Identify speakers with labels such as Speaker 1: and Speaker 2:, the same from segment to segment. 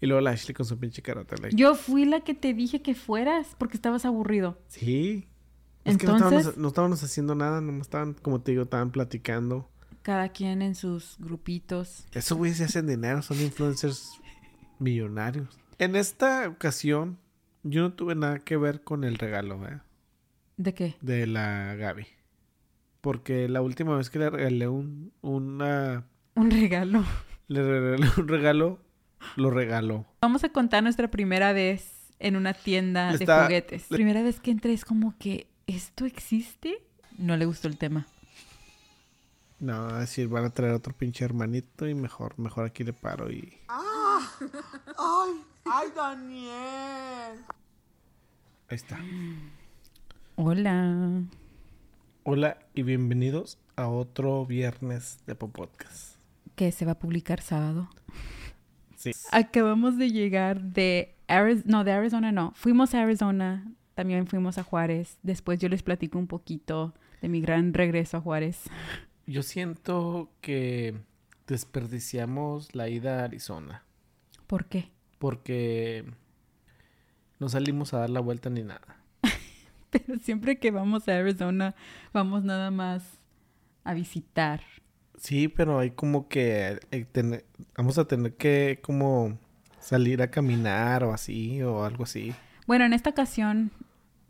Speaker 1: Y luego la Ashley con su pinche carota. la-
Speaker 2: Yo fui la que te dije que fueras porque estabas aburrido.
Speaker 1: Sí. Es que no estábamos,
Speaker 2: Entonces-
Speaker 1: no estábamos haciendo nada, nomás estaban, como te digo, estaban platicando.
Speaker 2: Cada quien en sus grupitos.
Speaker 1: Esos güeyes se hacen dinero, son influencers millonarios. En esta ocasión, yo no tuve nada que ver con el regalo ¿eh?
Speaker 2: ¿De qué?
Speaker 1: de la Gaby. Porque la última vez que le regalé un, una,
Speaker 2: Un regalo.
Speaker 1: le regalé un regalo, lo regaló.
Speaker 2: Vamos a contar nuestra primera vez en una tienda
Speaker 1: Le
Speaker 2: de
Speaker 1: está-
Speaker 2: juguetes.
Speaker 1: le-
Speaker 2: Primera vez que entré es como que, ¿esto existe? No le gustó el tema.
Speaker 1: No, va a decir, van a traer otro pinche hermanito y mejor, mejor aquí le paro y...
Speaker 3: Ah, ¡Ay! ¡Ay, Daniel!
Speaker 1: Ahí está.
Speaker 2: Hola.
Speaker 1: Hola y bienvenidos a otro viernes de Popodcast.
Speaker 2: Que se va a publicar sábado.
Speaker 1: Sí.
Speaker 2: Acabamos de llegar de Arizona, no, de Arizona no. Fuimos a Arizona, también fuimos a Juárez. Después yo les platico un poquito de mi gran regreso a Juárez.
Speaker 1: Yo siento que desperdiciamos la ida a Arizona
Speaker 2: ¿Por qué?
Speaker 1: porque no salimos a dar la vuelta ni nada.
Speaker 2: Pero siempre que vamos a Arizona, vamos nada más a visitar.
Speaker 1: Sí, pero hay como que eh, ten- vamos a tener que como salir a caminar o así o algo así.
Speaker 2: Bueno, en esta ocasión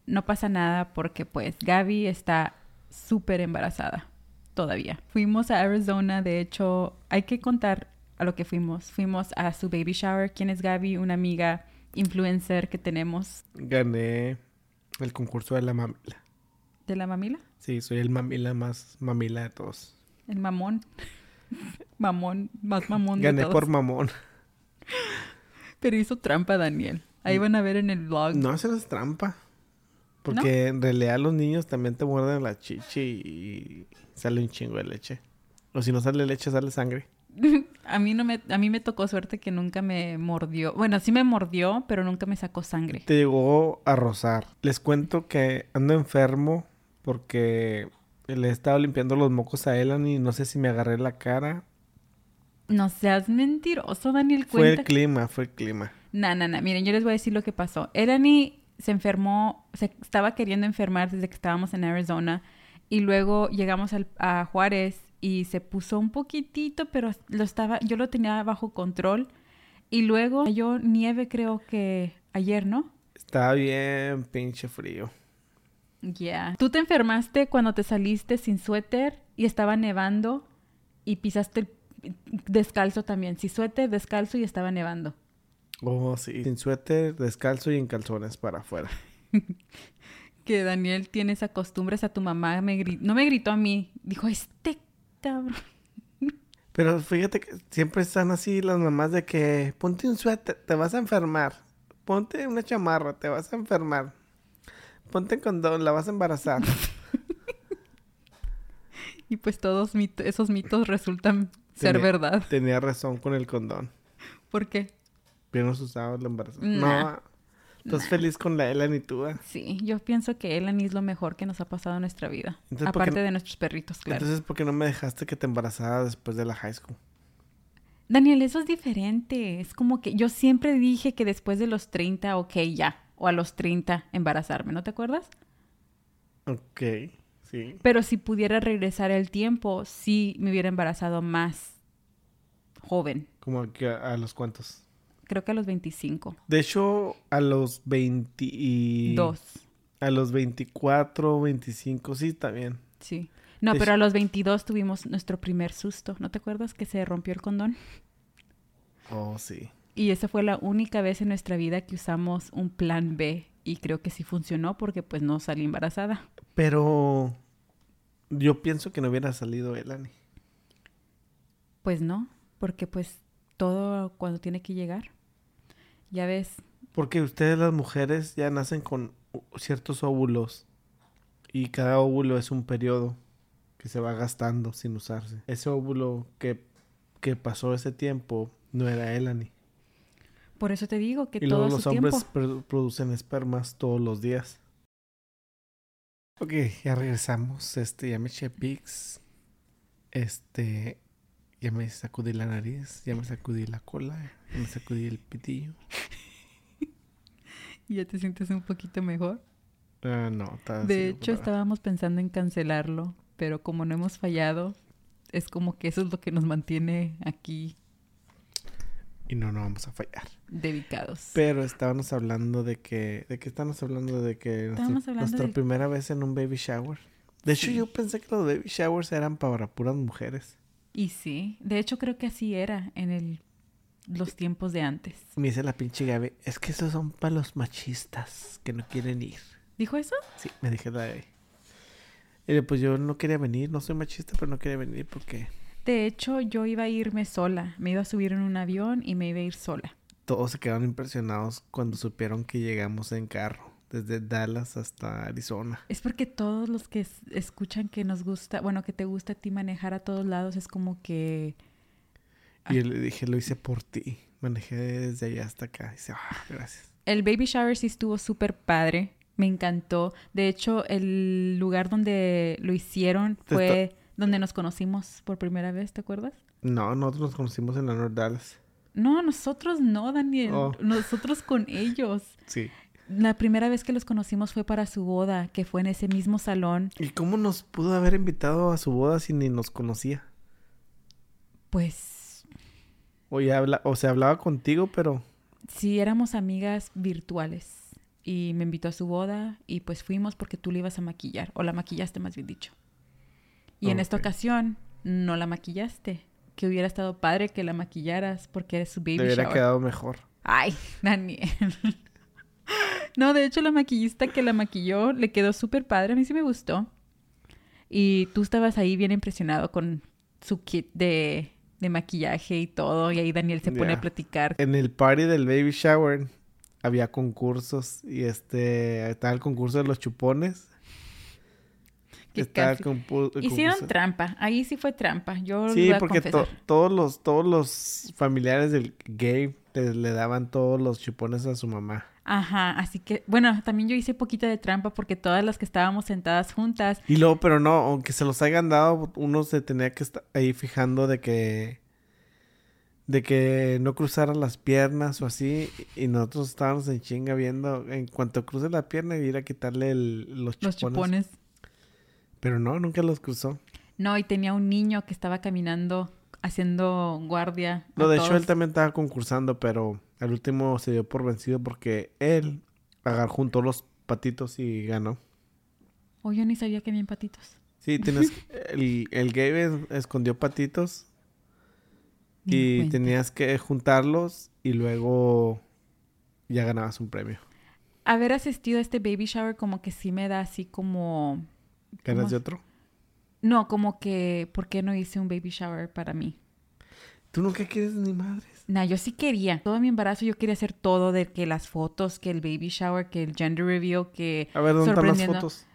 Speaker 2: no pasa nada porque pues Gaby está súper embarazada todavía. Fuimos a Arizona, de hecho, hay que contar a lo que fuimos. Fuimos a su baby shower. ¿Quién es Gaby? Una amiga influencer que tenemos
Speaker 1: Gané el concurso de la mamila.
Speaker 2: de la mamila,
Speaker 1: Sí, soy el mamila más mamila de todos.
Speaker 2: el mamón. Mamón, más mamón de
Speaker 1: Gané
Speaker 2: todos.
Speaker 1: por mamón.
Speaker 2: Pero hizo trampa Daniel. Ahí
Speaker 1: Mm.
Speaker 2: van a ver en el blog.
Speaker 1: No, eso no es trampa. Porque en realidad los niños también te muerden la chichi y sale un chingo de leche. O si no sale leche, sale sangre.
Speaker 2: A mí no me a mí me tocó suerte que nunca me mordió. Bueno, sí me mordió, pero nunca me sacó sangre.
Speaker 1: Te llegó a rozar. Les cuento que ando enfermo porque le he estado limpiando los mocos a Elan y no sé si me agarré la cara.
Speaker 2: No seas mentiroso, Daniel.
Speaker 1: Fue el
Speaker 2: Cuenta.
Speaker 1: clima, fue el clima.
Speaker 2: No, no, no. Miren, yo les voy a decir lo que pasó. Elani se enfermó, se estaba queriendo enfermar desde que estábamos en Arizona. Y luego llegamos al- a Juárez y se puso un poquitito, pero lo estaba, yo lo tenía bajo control. Y luego cayó nieve, creo que ayer, ¿no?
Speaker 1: Estaba bien pinche frío.
Speaker 2: Ya. Tú te enfermaste cuando te saliste sin suéter y estaba nevando y pisaste el- descalzo también. Sin suéter, descalzo y estaba nevando.
Speaker 1: Oh, sí. Sin suéter, descalzo y en calzones para afuera.
Speaker 2: que Daniel tiene esa costumbre, esa tu mamá me gri- no me gritó a mí, dijo, este cabrón.
Speaker 1: Pero fíjate que siempre están así las mamás de que ponte un suéter, te vas a enfermar. Ponte una chamarra, te vas a enfermar. Ponte condón, la vas a embarazar.
Speaker 2: Y pues todos mit- esos mitos resultan ser
Speaker 1: Tenía-
Speaker 2: verdad.
Speaker 1: Tenía razón con el condón.
Speaker 2: ¿Por qué?
Speaker 1: Bien usado el embarazo.
Speaker 2: Nah.
Speaker 1: No. Estás feliz con la Elan y tú. ah?
Speaker 2: Sí, yo pienso que Elani es lo mejor que nos ha pasado en nuestra vida.
Speaker 1: Entonces, ¿por qué
Speaker 2: Aparte
Speaker 1: no-
Speaker 2: de nuestros perritos, claro.
Speaker 1: Entonces, ¿por qué no me dejaste que te embarazara después de la high school?
Speaker 2: Daniel, eso es diferente. Es como que yo siempre dije que después de los 30, ok, ya. O a los 30, embarazarme, ¿no te acuerdas?
Speaker 1: Ok, sí.
Speaker 2: Pero si pudiera regresar el tiempo, sí me hubiera embarazado más joven.
Speaker 1: Como que a, a los cuantos.
Speaker 2: Creo que a los 25.
Speaker 1: De hecho, a los 20 y...
Speaker 2: Dos,
Speaker 1: A los 24, 25, sí, también.
Speaker 2: sí. No,
Speaker 1: Es-
Speaker 2: pero a los 22 tuvimos nuestro primer susto. ¿No te acuerdas que se rompió el condón?
Speaker 1: Oh, sí.
Speaker 2: Y esa fue la única vez en nuestra vida que usamos un plan B. Y creo que sí funcionó porque pues no salí embarazada.
Speaker 1: Pero yo pienso que no hubiera salido Elani.
Speaker 2: Pues no, porque pues todo cuando tiene que llegar. Ya ves,
Speaker 1: Porque ustedes las mujeres ya nacen con u- ciertos óvulos. Y cada óvulo es un periodo que se va gastando sin usarse. Ese óvulo que, que pasó ese tiempo no era Elani.
Speaker 2: por eso te digo que
Speaker 1: Y
Speaker 2: todo
Speaker 1: luego
Speaker 2: a
Speaker 1: los
Speaker 2: su
Speaker 1: hombres
Speaker 2: tiempo.
Speaker 1: produ- producen espermas todos los días. Ok, ya regresamos. Este, ya me eché pics. Este, Ya me sacudí la nariz, ya me sacudí la cola, ya me sacudí el pitillo.
Speaker 2: ¿Ya te sientes un poquito mejor?
Speaker 1: Ah, no, está
Speaker 2: de
Speaker 1: así,
Speaker 2: hecho,
Speaker 1: pero-
Speaker 2: estábamos pensando en cancelarlo, pero como no hemos fallado, es como que eso es lo que nos mantiene aquí
Speaker 1: Y no, no vamos a fallar.
Speaker 2: dedicados.
Speaker 1: Pero estábamos hablando de que... ¿De qué estábamos hablando? De que nuestro-
Speaker 2: Estábamos hablando
Speaker 1: nuestra
Speaker 2: de-
Speaker 1: primera vez en un baby shower. De hecho,
Speaker 2: Sí.
Speaker 1: yo pensé que los baby showers eran para puras mujeres.
Speaker 2: Y sí, de hecho creo que así era en el, los tiempos de antes.
Speaker 1: Me dice la pinche Gaby, es que esos son para los machistas que no quieren ir.
Speaker 2: ¿Dijo eso?
Speaker 1: Sí, me dije la Gaby. Y le, pues yo no quería venir, no soy machista, pero no quería venir porque
Speaker 2: De hecho, yo iba a irme sola. Me iba a subir en un avión y me iba a ir sola.
Speaker 1: todos se quedaron impresionados cuando supieron que llegamos en carro, desde Dallas hasta Arizona.
Speaker 2: Es porque todos los que es- escuchan que nos gusta, bueno, que te gusta a ti manejar a todos lados, es como que
Speaker 1: Y yo le dije, lo hice por ti, manejé desde allá hasta acá. Y dice, ah, gracias.
Speaker 2: El baby shower sí estuvo súper padre. Me encantó. De hecho, el lugar donde lo hicieron
Speaker 1: Te
Speaker 2: fue donde nos conocimos por primera vez, ¿te acuerdas?
Speaker 1: No, nosotros nos conocimos en la North Dallas.
Speaker 2: No, nosotros no, Daniel.
Speaker 1: Oh.
Speaker 2: Nosotros con ellos.
Speaker 1: Sí.
Speaker 2: La primera vez que los conocimos fue para su boda, que fue en ese mismo salón.
Speaker 1: ¿Y cómo nos pudo haber invitado a su boda si ni nos conocía?
Speaker 2: Pues
Speaker 1: O, ya habla, o se hablaba contigo, pero
Speaker 2: sí, éramos amigas virtuales. Y me invitó a su boda y pues fuimos porque tú le ibas a maquillar, o la maquillaste más bien dicho. Y en esta
Speaker 1: Ok.
Speaker 2: ocasión no la maquillaste, que hubiera estado padre que la maquillaras porque eres su baby
Speaker 1: te hubiera
Speaker 2: shower.
Speaker 1: quedado mejor.
Speaker 2: Ay, Daniel. No, de hecho la maquillista que la maquilló le quedó súper padre, a mí sí me gustó. Y tú estabas ahí bien impresionado con su kit de, de maquillaje y todo, y ahí Daniel se pone
Speaker 1: Ya.
Speaker 2: a platicar
Speaker 1: En el party del baby shower había concursos y este estaba el concurso de los chupones.
Speaker 2: que
Speaker 1: estaba el
Speaker 2: casi-
Speaker 1: compu- el
Speaker 2: Hicieron
Speaker 1: concurso-
Speaker 2: trampa, ahí sí fue trampa, yo lo
Speaker 1: Sí,
Speaker 2: voy a
Speaker 1: porque to-
Speaker 2: confesar.
Speaker 1: todos los todos los familiares del gay le, le daban todos los chupones a su mamá.
Speaker 2: Ajá, así que, bueno, también yo hice poquita de trampa porque todas las que estábamos sentadas juntas,
Speaker 1: Y luego, pero no, aunque se los hayan dado, uno se tenía que estar ahí fijando de que de que no cruzara las piernas o así y nosotros estábamos en chinga viendo en cuanto cruce la pierna ir a quitarle el- los,
Speaker 2: los
Speaker 1: chupones.
Speaker 2: chupones.
Speaker 1: Pero no, nunca los cruzó.
Speaker 2: No, y tenía un niño que estaba caminando haciendo guardia. a
Speaker 1: No, de hecho
Speaker 2: todos.
Speaker 1: él también estaba concursando, pero al último se dio por vencido porque él agarró junto los patitos y ganó.
Speaker 2: Oh, yo ni sabía que habían patitos.
Speaker 1: Sí, tienes el, el gay es- escondió patitos
Speaker 2: Ni me
Speaker 1: y
Speaker 2: cuenta.
Speaker 1: tenías que juntarlos y luego ya ganabas un premio.
Speaker 2: Haber asistido a este baby shower como que sí me da así como...
Speaker 1: ¿Ganas
Speaker 2: ¿Cómo?
Speaker 1: de otro?
Speaker 2: No, como que, ¿por qué no hice un baby shower para mí?
Speaker 1: Tú nunca quieres ni madres.
Speaker 2: Nah, yo sí quería. Todo mi embarazo yo quería hacer todo, de que las fotos, que el baby shower, que el gender reveal, que...
Speaker 1: A ver, ¿dónde están las
Speaker 2: sorprendiendo-
Speaker 1: fotos?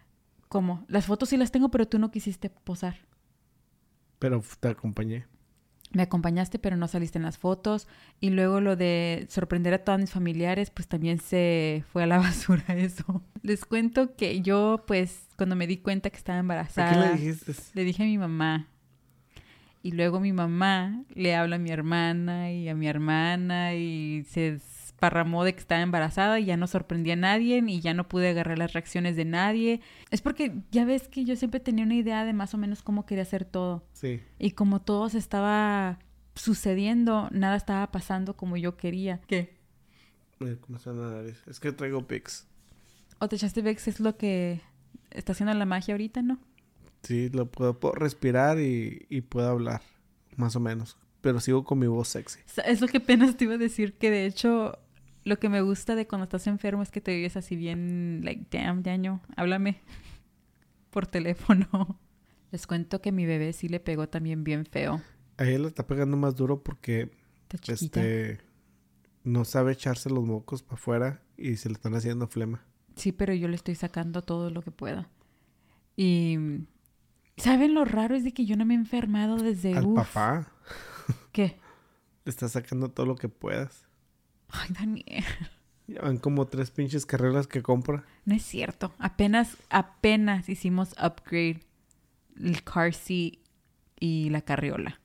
Speaker 2: ¿Cómo? Las fotos sí las tengo, pero tú no quisiste posar.
Speaker 1: Pero f- te acompañé.
Speaker 2: me acompañaste, pero no saliste en las fotos. Y luego lo de sorprender a todos mis familiares, pues también se fue a la basura eso. Les cuento que yo, pues, cuando me di cuenta que estaba
Speaker 1: ¿A quién le
Speaker 2: embarazada,
Speaker 1: dijiste?
Speaker 2: le dije a mi mamá. Y luego mi mamá le habla a mi hermana y a mi hermana y se esparramó de que estaba embarazada y ya no sorprendí a nadie y ya no pude agarrar las reacciones de nadie. Es porque ya ves que yo siempre tenía una idea de más o menos cómo quería hacer todo.
Speaker 1: Sí.
Speaker 2: Y como todo se estaba sucediendo, nada estaba pasando como yo quería. ¿Qué?
Speaker 1: Mira cómo está la nariz. Es que traigo pics.
Speaker 2: O te echaste Vex es lo que está haciendo la magia ahorita, ¿no?
Speaker 1: Sí, lo puedo, puedo respirar y, y puedo hablar, más o menos. Pero sigo con mi voz sexy.
Speaker 2: Sa- Es lo que apenas te iba a decir, que de hecho lo que me gusta de cuando estás enfermo es que te vives así bien, like, damn, daño, háblame por teléfono. Les cuento que mi bebé sí le pegó también bien feo.
Speaker 1: A ella le está pegando más duro porque
Speaker 2: Está chiquita.
Speaker 1: este no sabe echarse los mocos para afuera y se le están haciendo flema.
Speaker 2: Sí, pero yo le estoy sacando todo lo que pueda. Y ¿saben lo raro es de que yo no me he enfermado desde
Speaker 1: Al
Speaker 2: Eh, uf,
Speaker 1: papá
Speaker 2: ¿Qué?
Speaker 1: le está sacando todo lo que puedas.
Speaker 2: Ay, Daniel,
Speaker 1: Ya van como tres pinches carreras que compra.
Speaker 2: no es cierto. Apenas apenas hicimos upgrade el car seat y la carriola.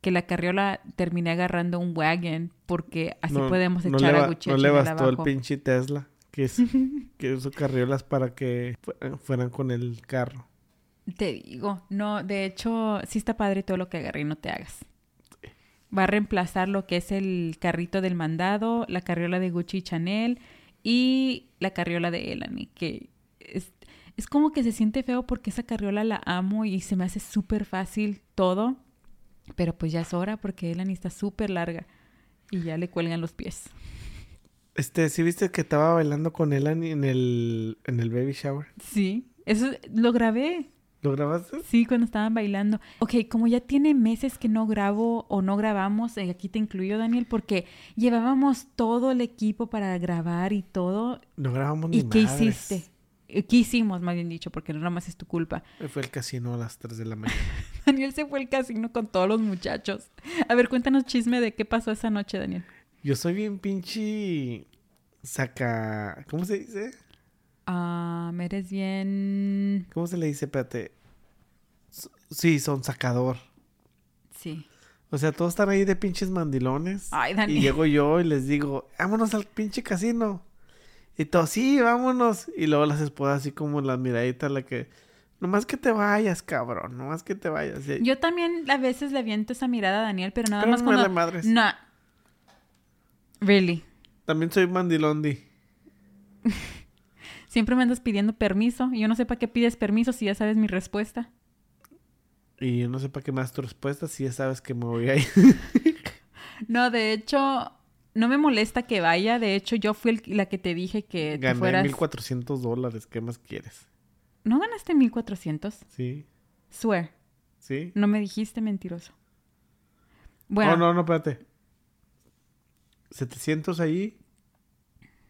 Speaker 2: que la carriola terminé agarrando un wagon porque así
Speaker 1: No-
Speaker 2: podemos
Speaker 1: no
Speaker 2: echar
Speaker 1: le
Speaker 2: a
Speaker 1: ba-
Speaker 2: Guchecha
Speaker 1: No
Speaker 2: en
Speaker 1: le
Speaker 2: el
Speaker 1: bastó el
Speaker 2: abajo.
Speaker 1: pinche Tesla que, es- que usó carriolas para que fu- fueran con el carro.
Speaker 2: Te digo, no, de hecho, sí está padre todo lo que agarré, no te hagas. Va a reemplazar lo que es el carrito del mandado, la carriola de Gucci y Chanel y la carriola de Elani, que es, es como que se siente feo porque esa carriola la amo y se me hace súper fácil todo, pero pues ya es hora porque Elani está súper larga y ya le cuelgan los pies.
Speaker 1: Este, ¿sí viste que estaba bailando con Elani en el, en el baby shower?
Speaker 2: Sí, eso lo grabé,
Speaker 1: ¿Lo grabaste?
Speaker 2: Sí, cuando estaban bailando. Ok, como ya tiene meses que no grabo o no grabamos, eh, aquí te incluyo, Daniel, porque llevábamos todo el equipo para grabar y todo.
Speaker 1: No grabamos ni
Speaker 2: ¿Y qué
Speaker 1: madres.
Speaker 2: hiciste? Eh, ¿Qué hicimos, más bien dicho? Porque no nada más es tu culpa.
Speaker 1: Fue al casino a las 3 de la mañana.
Speaker 2: Daniel se fue al casino con todos los muchachos. A ver, cuéntanos chisme de qué pasó esa noche, Daniel.
Speaker 1: Yo soy bien pinche saca... ¿Cómo se dice?
Speaker 2: Ah, me eres bien...
Speaker 1: ¿Cómo se le dice? Espérate. S- Sí, son sacador.
Speaker 2: Sí.
Speaker 1: O sea, todos están ahí de pinches mandilones.
Speaker 2: Ay, Dani.
Speaker 1: Y llego yo y les digo, vámonos al pinche casino. Y todos, sí, vámonos. Y luego las esposas así como las miraditas, la que... Nomás que te vayas, cabrón. Nomás que te vayas. Y-
Speaker 2: Yo también a veces le aviento esa mirada a Daniel, pero nada
Speaker 1: Eh. Pero
Speaker 2: más
Speaker 1: me vale
Speaker 2: cuando...
Speaker 1: madres.
Speaker 2: No. Really.
Speaker 1: También soy mandilondi.
Speaker 2: Siempre me andas pidiendo permiso y yo no sé para qué pides permiso si ya sabes mi respuesta.
Speaker 1: Y yo no sé para qué más tu respuesta si ya sabes que me voy a ir.
Speaker 2: No, de hecho, no me molesta que vaya. De hecho, yo fui el- la que te dije que te
Speaker 1: Gané
Speaker 2: fueras.
Speaker 1: 1400 dólares. ¿Qué más quieres?
Speaker 2: ¿No ganaste 1400?
Speaker 1: ¿Sí?
Speaker 2: Swear.
Speaker 1: ¿Sí?
Speaker 2: No me dijiste mentiroso. Bueno,
Speaker 1: Oh, No, no, no, espérate. 700 ahí.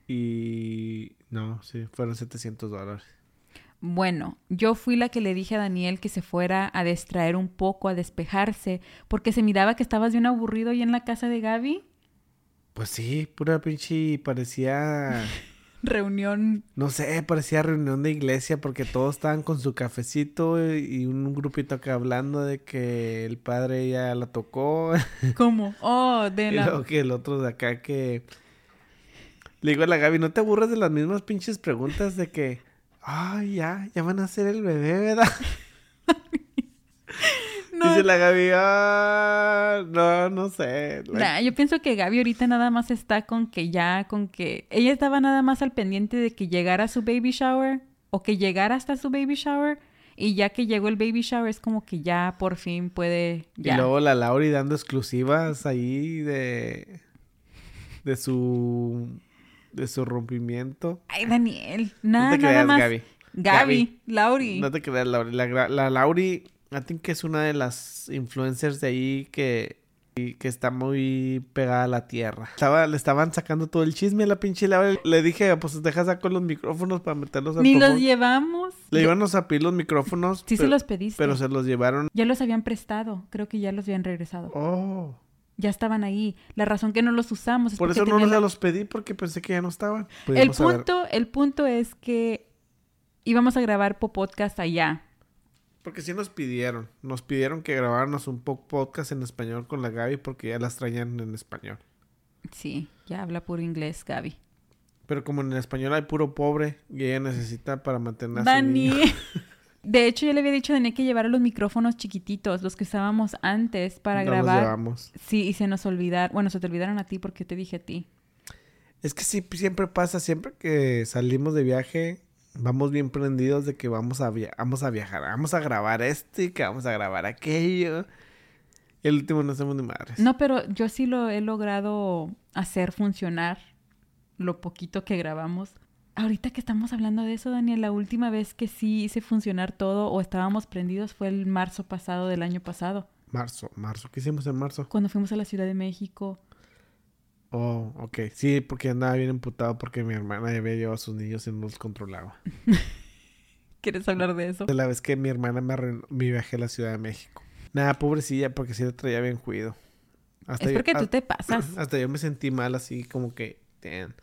Speaker 1: Y. No, sí, fueron 700 dólares.
Speaker 2: bueno, yo fui la que le dije a Daniel que se fuera a distraer un poco, a despejarse, porque se miraba que estabas bien aburrido ahí en la casa de Gaby.
Speaker 1: Pues sí, pura pinche. Parecía.
Speaker 2: Reunión.
Speaker 1: No sé, parecía reunión de iglesia porque todos estaban con su cafecito y un grupito acá hablando de que el padre ya la tocó.
Speaker 2: ¿Cómo? Oh, de
Speaker 1: Y
Speaker 2: la.
Speaker 1: luego que el otro de acá que... Le digo a la Gaby, no te aburras de las mismas pinches preguntas de que... Ay, ya, ya van a ser el bebé, ¿verdad?
Speaker 2: No,
Speaker 1: Dice la Gaby, ah, no, no sé. la-
Speaker 2: Nah, yo pienso que Gaby ahorita nada más está con que ya, con que ella estaba nada más al pendiente de que llegara su baby shower o que llegara hasta su baby shower y ya que llegó el baby shower es como que ya por fin puede
Speaker 1: Y
Speaker 2: ya.
Speaker 1: luego la Lauri dando exclusivas ahí de... De su... De su rompimiento.
Speaker 2: Ay, Daniel, nada,
Speaker 1: no te
Speaker 2: nada
Speaker 1: creas,
Speaker 2: más.
Speaker 1: Gaby.
Speaker 2: Gaby, Lauri.
Speaker 1: No te creas, Lauri. La, gra- la Lauri, I think que es una de las influencers de ahí que, y que está muy pegada a la tierra. Estaba, le estaban sacando todo el chisme a la pinche Lauri. Le dije, pues deja saco los micrófonos para meterlos al
Speaker 2: Ni los
Speaker 1: cofón".
Speaker 2: llevamos.
Speaker 1: Le iban a pedir los micrófonos.
Speaker 2: Sí
Speaker 1: pero,
Speaker 2: se los pediste.
Speaker 1: pero se los llevaron.
Speaker 2: Ya los habían prestado, creo que ya los habían regresado.
Speaker 1: Oh.
Speaker 2: Ya estaban ahí. La razón que no los usamos es
Speaker 1: Por
Speaker 2: Pues porque
Speaker 1: eso no
Speaker 2: tenía
Speaker 1: los,
Speaker 2: la-
Speaker 1: los pedí porque pensé que ya no estaban.
Speaker 2: El
Speaker 1: Pudimos haber-
Speaker 2: punto, el punto es que íbamos a grabar po podcast allá.
Speaker 1: Porque sí nos pidieron. Nos pidieron que grabáramos un po- podcast en español con la Gaby porque ya las traían en español.
Speaker 2: Sí, ya habla puro inglés, Gaby.
Speaker 1: Pero como en español hay puro pobre y ella necesita para mantener a su
Speaker 2: Dani.
Speaker 1: niño.
Speaker 2: De hecho, yo le había dicho a Dani que llevara los micrófonos chiquititos, los que usábamos antes para
Speaker 1: No los
Speaker 2: grabar.
Speaker 1: llevamos.
Speaker 2: Sí, y se nos olvidaron. Bueno, se te olvidaron a ti porque yo te dije a ti.
Speaker 1: Es que sí, siempre pasa, siempre que salimos de viaje, vamos bien prendidos de que vamos a, via- vamos a viajar, vamos a grabar esto y que vamos a grabar aquello. Y el último no hacemos ni madres.
Speaker 2: No, pero yo sí lo he logrado hacer funcionar lo poquito que grabamos. Ahorita que estamos hablando de eso, Daniel, la última vez que sí hice funcionar todo o estábamos prendidos fue el marzo pasado del año pasado,
Speaker 1: Marzo, marzo. ¿Qué hicimos en marzo?
Speaker 2: cuando fuimos a la Ciudad de México.
Speaker 1: Oh, ok. Sí, porque andaba bien emputado porque mi hermana ya había llevado a sus niños y no los controlaba.
Speaker 2: ¿Quieres hablar de eso?
Speaker 1: De la vez que mi hermana me arruinó mi viaje a la Ciudad de México. Nada, pobrecilla, porque sí la traía bien cuido. Hasta
Speaker 2: Es
Speaker 1: yo-
Speaker 2: porque
Speaker 1: hasta-
Speaker 2: tú te pasas.
Speaker 1: Hasta yo me sentí mal así como que... damn.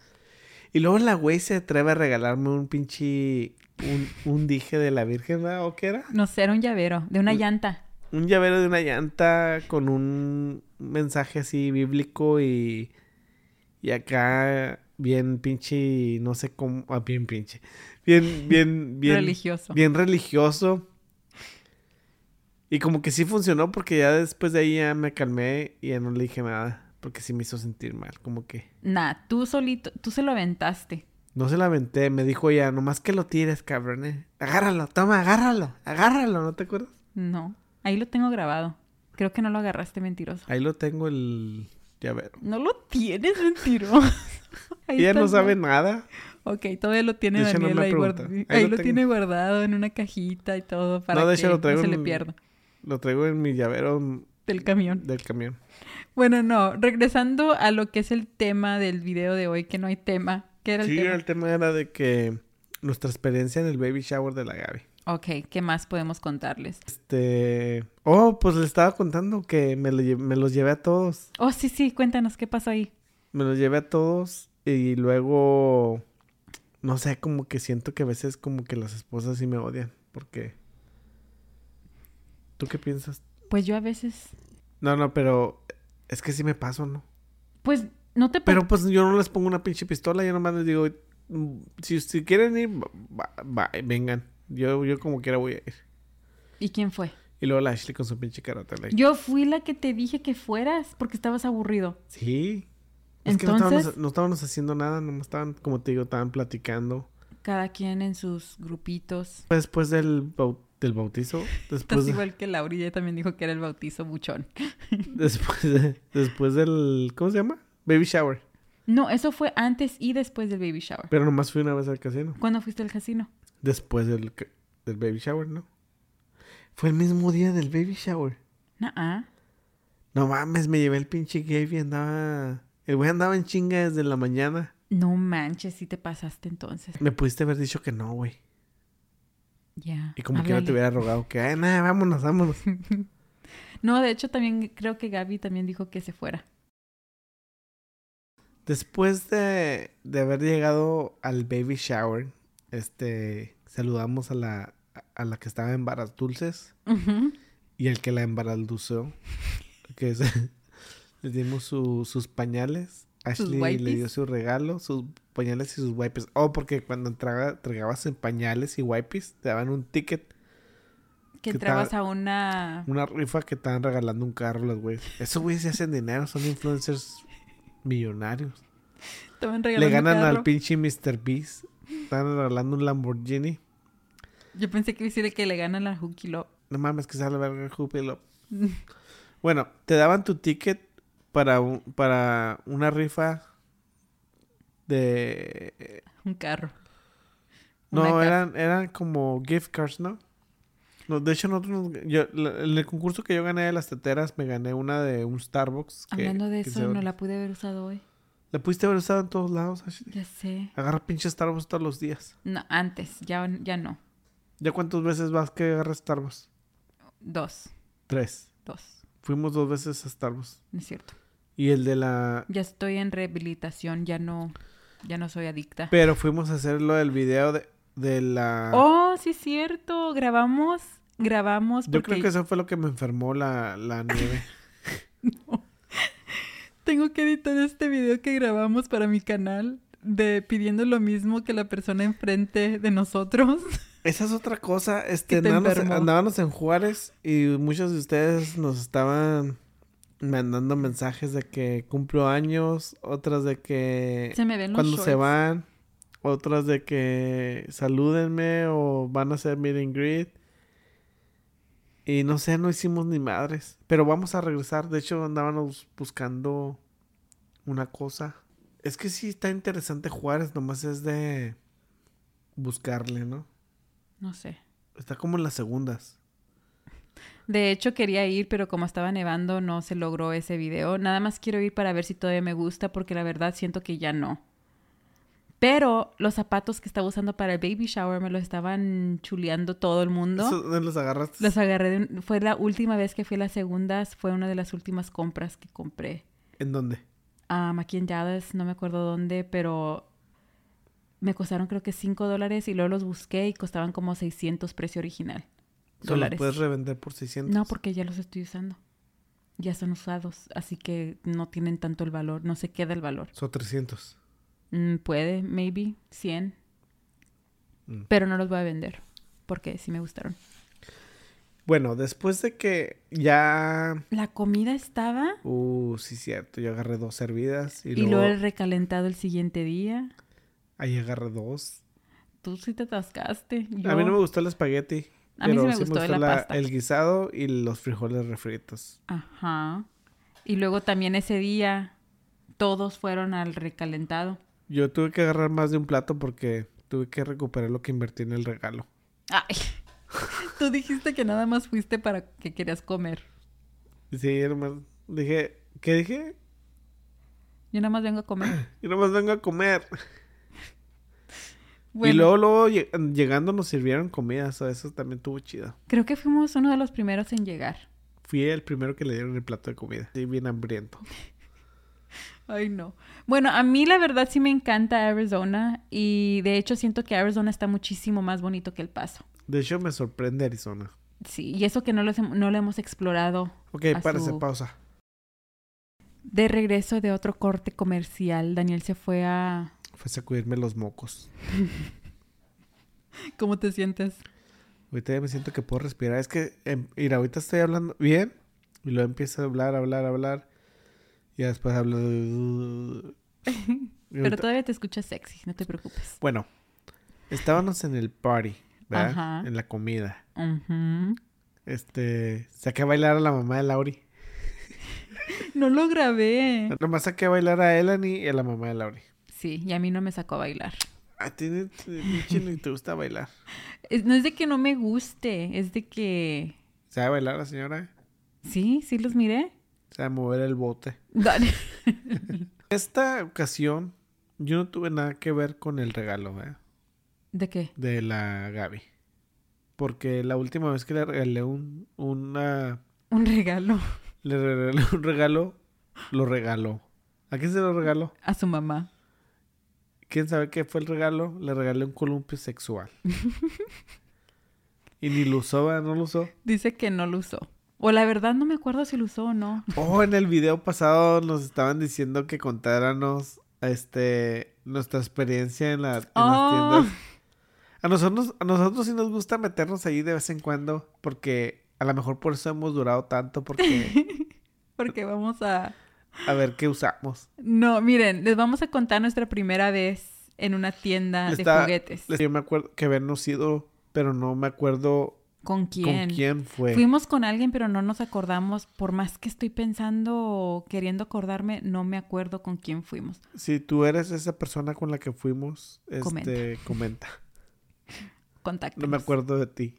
Speaker 1: Y luego la güey se atreve a regalarme un pinche... Un, un dije de la Virgen, ¿verdad? ¿O qué era?
Speaker 2: No sé, era un llavero, de una
Speaker 1: Mm.
Speaker 2: llanta.
Speaker 1: un llavero de una llanta con un mensaje así bíblico y, y acá bien pinche, no sé cómo, ah, bien pinche, bien, bien, bien,
Speaker 2: Religioso.
Speaker 1: bien religioso. Y como que sí funcionó porque ya después de ahí ya me calmé y ya no le dije nada porque sí me hizo sentir mal, como que
Speaker 2: Nah, tú solito, tú se lo aventaste.
Speaker 1: no se la aventé, me dijo ya, nomás que lo tires, cabrón, eh. Agárralo, toma, agárralo, agárralo, ¿no te acuerdas?
Speaker 2: No, ahí lo tengo grabado. Creo que no lo agarraste, mentiroso.
Speaker 1: Ahí lo tengo el llavero.
Speaker 2: No lo tienes, mentiroso. Ahí
Speaker 1: Ella
Speaker 2: está
Speaker 1: no
Speaker 2: el-
Speaker 1: sabe nada.
Speaker 2: Ok, todavía lo tiene
Speaker 1: De hecho, no
Speaker 2: Daniel
Speaker 1: me ha
Speaker 2: ahí guardado.
Speaker 1: preguntado. Ahí
Speaker 2: Ahí,
Speaker 1: lo
Speaker 2: lo
Speaker 1: tengo.
Speaker 2: tiene guardado en una cajita y todo para
Speaker 1: No, de
Speaker 2: que
Speaker 1: hecho, lo traigo
Speaker 2: no se le
Speaker 1: en-
Speaker 2: pierda
Speaker 1: Lo traigo en mi llavero
Speaker 2: del camión.
Speaker 1: del camión.
Speaker 2: Bueno, no, regresando a lo que es el tema del video de hoy, que no hay tema. ¿Qué era el
Speaker 1: Sí,
Speaker 2: tema?
Speaker 1: el tema era de que nuestra experiencia en el baby shower de la Gaby.
Speaker 2: Ok, ¿qué más podemos contarles?
Speaker 1: Este. Oh, pues le estaba contando que me, lo lle- me los llevé a todos.
Speaker 2: Oh, sí, sí, cuéntanos, ¿qué pasó ahí?
Speaker 1: Me los llevé a todos y luego. No sé, como que siento que a veces como que las esposas sí me odian. Porque. ¿Tú qué piensas?
Speaker 2: Pues yo a veces,
Speaker 1: No, no, pero es que sí me paso, ¿no?
Speaker 2: pues no te...
Speaker 1: Pero pues yo no les pongo una pinche pistola, yo nomás les digo, "Mm, si, si quieren ir, va- va- eh, vengan. Yo, yo como quiera voy a ir.
Speaker 2: ¿Y quién fue?
Speaker 1: Y luego la Ashley con su pinche carota. like,
Speaker 2: Yo fui la que te dije que fueras porque estabas aburrido.
Speaker 1: Sí. Es que no estábamos,
Speaker 2: Entonces-
Speaker 1: no estábamos haciendo nada, nomás estaban, como te digo, estaban platicando.
Speaker 2: Cada quien en sus grupitos.
Speaker 1: Fue Después del, bau- del bautizo, después,
Speaker 2: Estás
Speaker 1: de-
Speaker 2: igual que Laura, ella también dijo que era el bautizo buchón.
Speaker 1: después, de- después del, ¿cómo se llama? Baby shower.
Speaker 2: No, eso fue antes y después del baby shower.
Speaker 1: Pero nomás fui una vez al casino.
Speaker 2: ¿Cuándo fuiste al casino?
Speaker 1: Después del, ca- del baby shower, ¿no? Fue el mismo día del baby shower.
Speaker 2: Nah.
Speaker 1: No mames, me llevé el pinche Gabe y andaba. El güey andaba en chinga desde la mañana.
Speaker 2: No manches, sí te pasaste entonces.
Speaker 1: Me pudiste haber dicho que no, güey.
Speaker 2: Ya.
Speaker 1: Y como que no
Speaker 2: háblale.
Speaker 1: te hubiera rogado que, ay, nada, vámonos, vámonos.
Speaker 2: No, de hecho también creo que Gaby también dijo que se fuera.
Speaker 1: Después de, de haber llegado al baby shower, este, saludamos a la, a la que estaba en Varas Dulces
Speaker 2: Ujú.
Speaker 1: y el que la embarazó, que es, les dimos su- sus pañales. Ashley le
Speaker 2: wipes.
Speaker 1: dio su regalo, sus pañales y sus wipes. Oh, porque cuando entraba, entregabas en pañales y wipes, te daban un ticket ¿Qué
Speaker 2: Que entrabas
Speaker 1: tal?
Speaker 2: a una...
Speaker 1: Una rifa que estaban regalando un carro los güeyes. Esos güeyes se hacen dinero, son influencers millonarios.
Speaker 2: Estaban
Speaker 1: Le
Speaker 2: regalando
Speaker 1: ganan
Speaker 2: carro.
Speaker 1: al pinche Mr. Beast. Están regalando un Lamborghini.
Speaker 2: Yo pensé que iba a decir que le ganan al Hooky Lop.
Speaker 1: No mames, que sale verga Júpilo. Bueno, te daban tu ticket para, un- para una rifa de...
Speaker 2: Un carro. Una
Speaker 1: No,
Speaker 2: casa.
Speaker 1: eran, eran como gift cards, ¿no? No, de hecho, nosotros, nos- yo, la- en el concurso que yo gané de las teteras, me gané una de un Starbucks. que-
Speaker 2: Hablando de
Speaker 1: que
Speaker 2: eso,
Speaker 1: se-
Speaker 2: no la pude haber usado hoy.
Speaker 1: La pudiste haber usado en todos lados, Ashley.
Speaker 2: Ya sé.
Speaker 1: Agarra pinche Starbucks todos los días.
Speaker 2: No, antes, ya, ya no.
Speaker 1: ¿Ya cuántas veces vas que agarras Starbucks?
Speaker 2: Dos,
Speaker 1: Tres.
Speaker 2: dos.
Speaker 1: Fuimos dos veces a Starbucks.
Speaker 2: No es cierto.
Speaker 1: Y el de la...
Speaker 2: Ya estoy en rehabilitación, ya no, ya no soy adicta.
Speaker 1: Pero fuimos a hacer lo del video de, de la...
Speaker 2: Oh, sí es cierto. Grabamos, grabamos
Speaker 1: Yo
Speaker 2: porque
Speaker 1: creo que eso fue lo que me enfermó la, la nieve.
Speaker 2: tengo que editar este video que grabamos para mi canal de pidiendo lo mismo que la persona enfrente de nosotros.
Speaker 1: Esa es otra cosa. Este,
Speaker 2: Que te
Speaker 1: andábamos,
Speaker 2: enfermó.
Speaker 1: andábamos en Juárez y muchos de ustedes nos estaban mandando mensajes de que cumplo años, otras de que...
Speaker 2: Se me ven los
Speaker 1: cuando se
Speaker 2: shorts.
Speaker 1: van, otras de que salúdenme o van a hacer meet and greet. Y no sé, no hicimos ni madres. Pero vamos a regresar. De hecho, andábamos buscando una cosa. Es que sí está interesante Juárez, nomás es de buscarle, ¿no?
Speaker 2: No sé.
Speaker 1: Está como en las segundas.
Speaker 2: De hecho, quería ir, pero como estaba nevando, no se logró ese video. Nada más quiero ir para ver si todavía me gusta, porque la verdad siento que ya no. Pero los zapatos que estaba usando para el baby shower me los estaban chuleando todo el mundo.
Speaker 1: Eso, ¿dónde los agarraste?
Speaker 2: Los agarré. de un- fue la última vez que fui a las segundas. Fue una de las últimas compras que compré.
Speaker 1: ¿En dónde?
Speaker 2: Um, aquí en Dallas, no me acuerdo dónde, pero me costaron creo que 5 dólares y luego los busqué y costaban como 600 precio original.
Speaker 1: So, los
Speaker 2: dólares.
Speaker 1: puedes revender por 600.
Speaker 2: No, porque ya los estoy usando. Ya son usados, así que no tienen tanto el valor, no se queda el valor.
Speaker 1: Son 300.
Speaker 2: Mm, puede, maybe, 100.
Speaker 1: Mm.
Speaker 2: Pero no los voy a vender, porque sí me gustaron.
Speaker 1: Bueno, después de que ya...
Speaker 2: La comida estaba
Speaker 1: Uh, sí, cierto. Yo agarré dos hervidas y,
Speaker 2: y,
Speaker 1: luego...
Speaker 2: luego el recalentado el siguiente día.
Speaker 1: Ahí agarré dos.
Speaker 2: Tú sí te atascaste.
Speaker 1: A mí
Speaker 2: yo-
Speaker 1: no me gustó el espagueti.
Speaker 2: A mí sí
Speaker 1: pero
Speaker 2: me gustó la pasta.
Speaker 1: el guisado y los frijoles refritos.
Speaker 2: Ajá. Y luego también ese día todos fueron al recalentado.
Speaker 1: Yo tuve que agarrar más de un plato porque tuve que recuperar lo que invertí en el regalo.
Speaker 2: Ay. Tú dijiste que nada más fuiste para que querías comer.
Speaker 1: Sí, hermano. Dije, ¿qué dije?
Speaker 2: Yo nada más vengo a comer.
Speaker 1: Yo nomás vengo a comer.
Speaker 2: Bueno,
Speaker 1: Y luego, luego lleg- llegando nos sirvieron comida. so, eso también tuvo chido.
Speaker 2: creo que fuimos uno de los primeros en llegar.
Speaker 1: Fui el primero que le dieron el plato de comida. Sí, bien hambriento.
Speaker 2: Ay, no. Bueno, a mí la verdad sí me encanta Arizona y de hecho siento que Arizona está muchísimo más bonito que El Paso.
Speaker 1: De hecho, me sorprende Arizona.
Speaker 2: Sí, y eso que no lo, hem- no lo hemos explorado
Speaker 1: Ok,
Speaker 2: A
Speaker 1: párese,
Speaker 2: su-
Speaker 1: pausa.
Speaker 2: De regreso de otro corte comercial, Daniel se fue a...
Speaker 1: Fue a sacudirme los mocos.
Speaker 2: ¿Cómo te sientes?
Speaker 1: Ahorita ya me siento que puedo respirar. Es que, em, mira, ahorita estoy hablando bien y luego empiezo a hablar, hablar, hablar. Y después hablo. Y
Speaker 2: Pero
Speaker 1: ahorita-
Speaker 2: todavía te escuchas sexy, no te preocupes.
Speaker 1: Bueno, estábamos en el party, ¿verdad?
Speaker 2: Ajá.
Speaker 1: En la comida.
Speaker 2: Ujú.
Speaker 1: Este, saqué a bailar a la mamá de Lauri.
Speaker 2: No lo grabé.
Speaker 1: Nomás saqué a bailar a Elani y a la mamá de Lauri. Ah,
Speaker 2: Sí, y a mí no me sacó a bailar.
Speaker 1: A ti ni- ni chino ni te gusta bailar.
Speaker 2: Es- no es de que no me guste, es de que...
Speaker 1: ¿Sabe bailar la señora?
Speaker 2: Sí, sí los miré.
Speaker 1: ¿Sabe mover el bote?
Speaker 2: Dale.
Speaker 1: Esta ocasión, yo no tuve nada que ver con el regalo, ¿verdad?
Speaker 2: ¿De qué?
Speaker 1: de la Gaby. Porque la última vez que le regalé un, una,
Speaker 2: Un regalo
Speaker 1: le regalé un regalo, lo regaló. ¿A quién se lo regaló?
Speaker 2: a su mamá.
Speaker 1: ¿Quién sabe qué fue el regalo? Le regalé un columpio sexual. y ni lo usó, ¿verdad? no lo usó.
Speaker 2: Dice que no lo usó. O la verdad no me acuerdo si lo usó o no.
Speaker 1: Oh, en el video pasado nos estaban diciendo que contáramos este, nuestra experiencia en, la, en
Speaker 2: Oh.
Speaker 1: las tiendas. A nosotros, a nosotros sí nos gusta meternos ahí de vez en cuando porque a lo mejor por eso hemos durado tanto porque
Speaker 2: Porque vamos a...
Speaker 1: a ver qué usamos.
Speaker 2: No, miren, les vamos a contar nuestra primera vez en una tienda de
Speaker 1: Está-
Speaker 2: juguetes.
Speaker 1: Yo me acuerdo que habernos ido, pero no me acuerdo
Speaker 2: ¿Con quién?
Speaker 1: con quién fue.
Speaker 2: Fuimos con alguien, pero no nos acordamos. Por más que estoy pensando o queriendo acordarme, no me acuerdo con quién fuimos.
Speaker 1: Si tú eres esa persona con la que fuimos, este, comenta.
Speaker 2: Contacto.
Speaker 1: No me acuerdo de ti.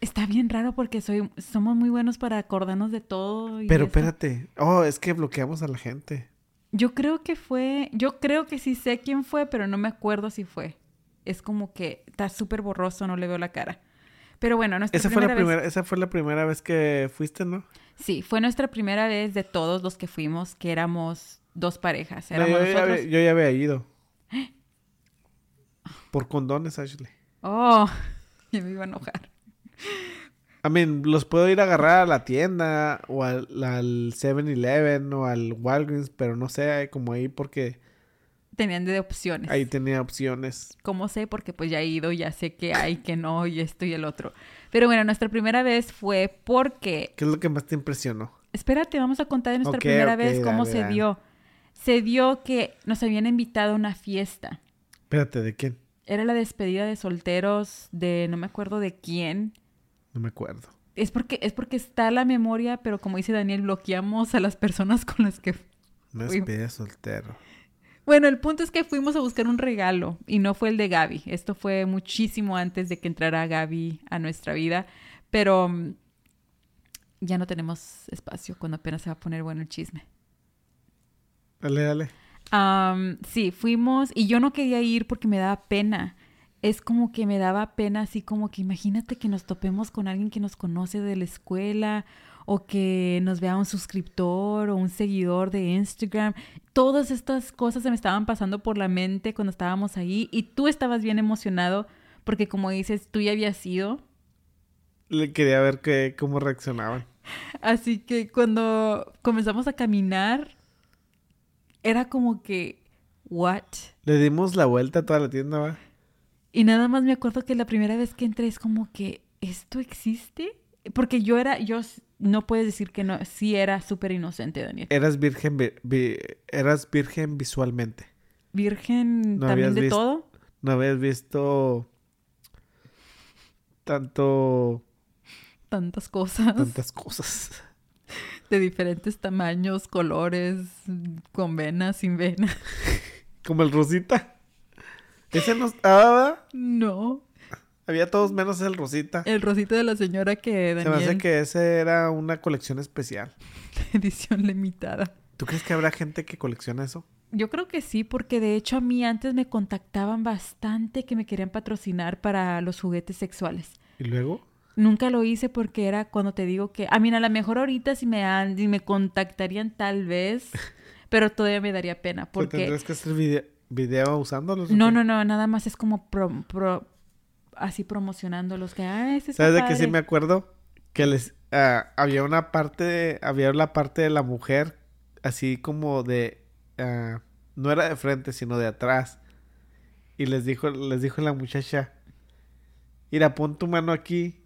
Speaker 2: Está bien raro porque soy, somos muy buenos para acordarnos de todo. y
Speaker 1: Pero
Speaker 2: eso.
Speaker 1: espérate. Oh, es que bloqueamos a la gente.
Speaker 2: Yo creo que fue, yo creo que sí sé quién fue, pero no me acuerdo si fue. Es como que está súper borroso, no le veo la cara. Pero bueno, nuestra
Speaker 1: Esa fue, la
Speaker 2: primera vez-
Speaker 1: primera, esa fue la primera vez que fuiste, ¿no?
Speaker 2: Sí, fue nuestra primera vez de todos los que fuimos, que éramos dos parejas.
Speaker 1: No,
Speaker 2: Éramos
Speaker 1: yo, ya,
Speaker 2: nosotros.
Speaker 1: había- yo ya había ido. Por condones, Ashley.
Speaker 2: Oh, ya me iba a enojar.
Speaker 1: I mean, los puedo ir a agarrar a la tienda o al, al 7-Eleven o al Walgreens, pero no sé, como ahí porque
Speaker 2: Tenían de opciones.
Speaker 1: ahí tenía opciones.
Speaker 2: ¿Cómo sé? Porque pues ya he ido, ya sé que hay, que no, y esto y el otro. Pero bueno, nuestra primera vez fue porque...
Speaker 1: ¿Qué es lo que más te impresionó?
Speaker 2: Espérate, vamos a contar de nuestra
Speaker 1: Ok,
Speaker 2: primera
Speaker 1: ok,
Speaker 2: vez cómo
Speaker 1: dale,
Speaker 2: se
Speaker 1: dale.
Speaker 2: dio. Se dio que nos habían invitado a una fiesta.
Speaker 1: Espérate, ¿de quién?
Speaker 2: Era la despedida de solteros de no me acuerdo de quién.
Speaker 1: No me acuerdo.
Speaker 2: Es porque, es porque está la memoria, pero como dice Daniel, bloqueamos a las personas con las que...
Speaker 1: Una
Speaker 2: Uy.
Speaker 1: despedida soltero.
Speaker 2: Bueno, el punto es que fuimos a buscar un regalo y no fue el de Gaby. Esto fue muchísimo antes de que entrara Gaby a nuestra vida, pero mm, ya no tenemos espacio cuando apenas se va a poner bueno el chisme.
Speaker 1: Dale, dale.
Speaker 2: Am, sí, fuimos y yo no quería ir porque me daba pena. Es como que me daba pena, así como que imagínate que nos topemos con alguien que nos conoce de la escuela o que nos vea un suscriptor o un seguidor de Instagram. Todas estas cosas se me estaban pasando por la mente cuando estábamos ahí y tú estabas bien emocionado porque como dices, tú ya habías ido
Speaker 1: Le quería ver que, cómo reaccionaban.
Speaker 2: Así que cuando comenzamos a caminar, era como que, ¿what?
Speaker 1: Le dimos la vuelta a toda la tienda, va.
Speaker 2: Y nada más me acuerdo que la primera vez que entré es como que, ¿esto existe? Porque yo era, yo s- no puedes decir que no, sí era súper inocente, Daniel.
Speaker 1: Eras virgen, vi- vi- eras virgen visualmente.
Speaker 2: Virgen
Speaker 1: No
Speaker 2: también
Speaker 1: habías
Speaker 2: de
Speaker 1: visto-
Speaker 2: todo.
Speaker 1: No habías visto tanto
Speaker 2: Tantas cosas
Speaker 1: tantas cosas.
Speaker 2: de diferentes tamaños, colores, con venas, sin venas.
Speaker 1: Como el Rosita. Ese no estaba.
Speaker 2: No.
Speaker 1: Había todos menos el Rosita.
Speaker 2: El rosito de la señora que
Speaker 1: Se me hace
Speaker 2: Daniel,
Speaker 1: que ese era una colección especial.
Speaker 2: edición limitada.
Speaker 1: ¿Tú crees que habrá gente que colecciona eso?
Speaker 2: Yo creo que sí, porque de hecho a mí antes me contactaban bastante que me querían patrocinar para los juguetes sexuales.
Speaker 1: Y luego,
Speaker 2: Nunca lo hice porque era cuando te digo que, ah, a mí a lo mejor ahorita si me, dan- si me contactarían tal vez, pero todavía me daría pena
Speaker 1: ¿Por
Speaker 2: porque...
Speaker 1: tendrías que hacer vide- video usándolos? o
Speaker 2: No,
Speaker 1: qué?
Speaker 2: no, no, nada más es como pro- pro- así promocionándolos que, ah, ese está
Speaker 1: ¿Sabes de qué sí
Speaker 2: padre".
Speaker 1: me acuerdo? Que les ah, había una parte, había la parte de la mujer así como de ah, no era de frente, sino de atrás. Y les dijo les dijo la muchacha, "Mira, pon tu mano aquí."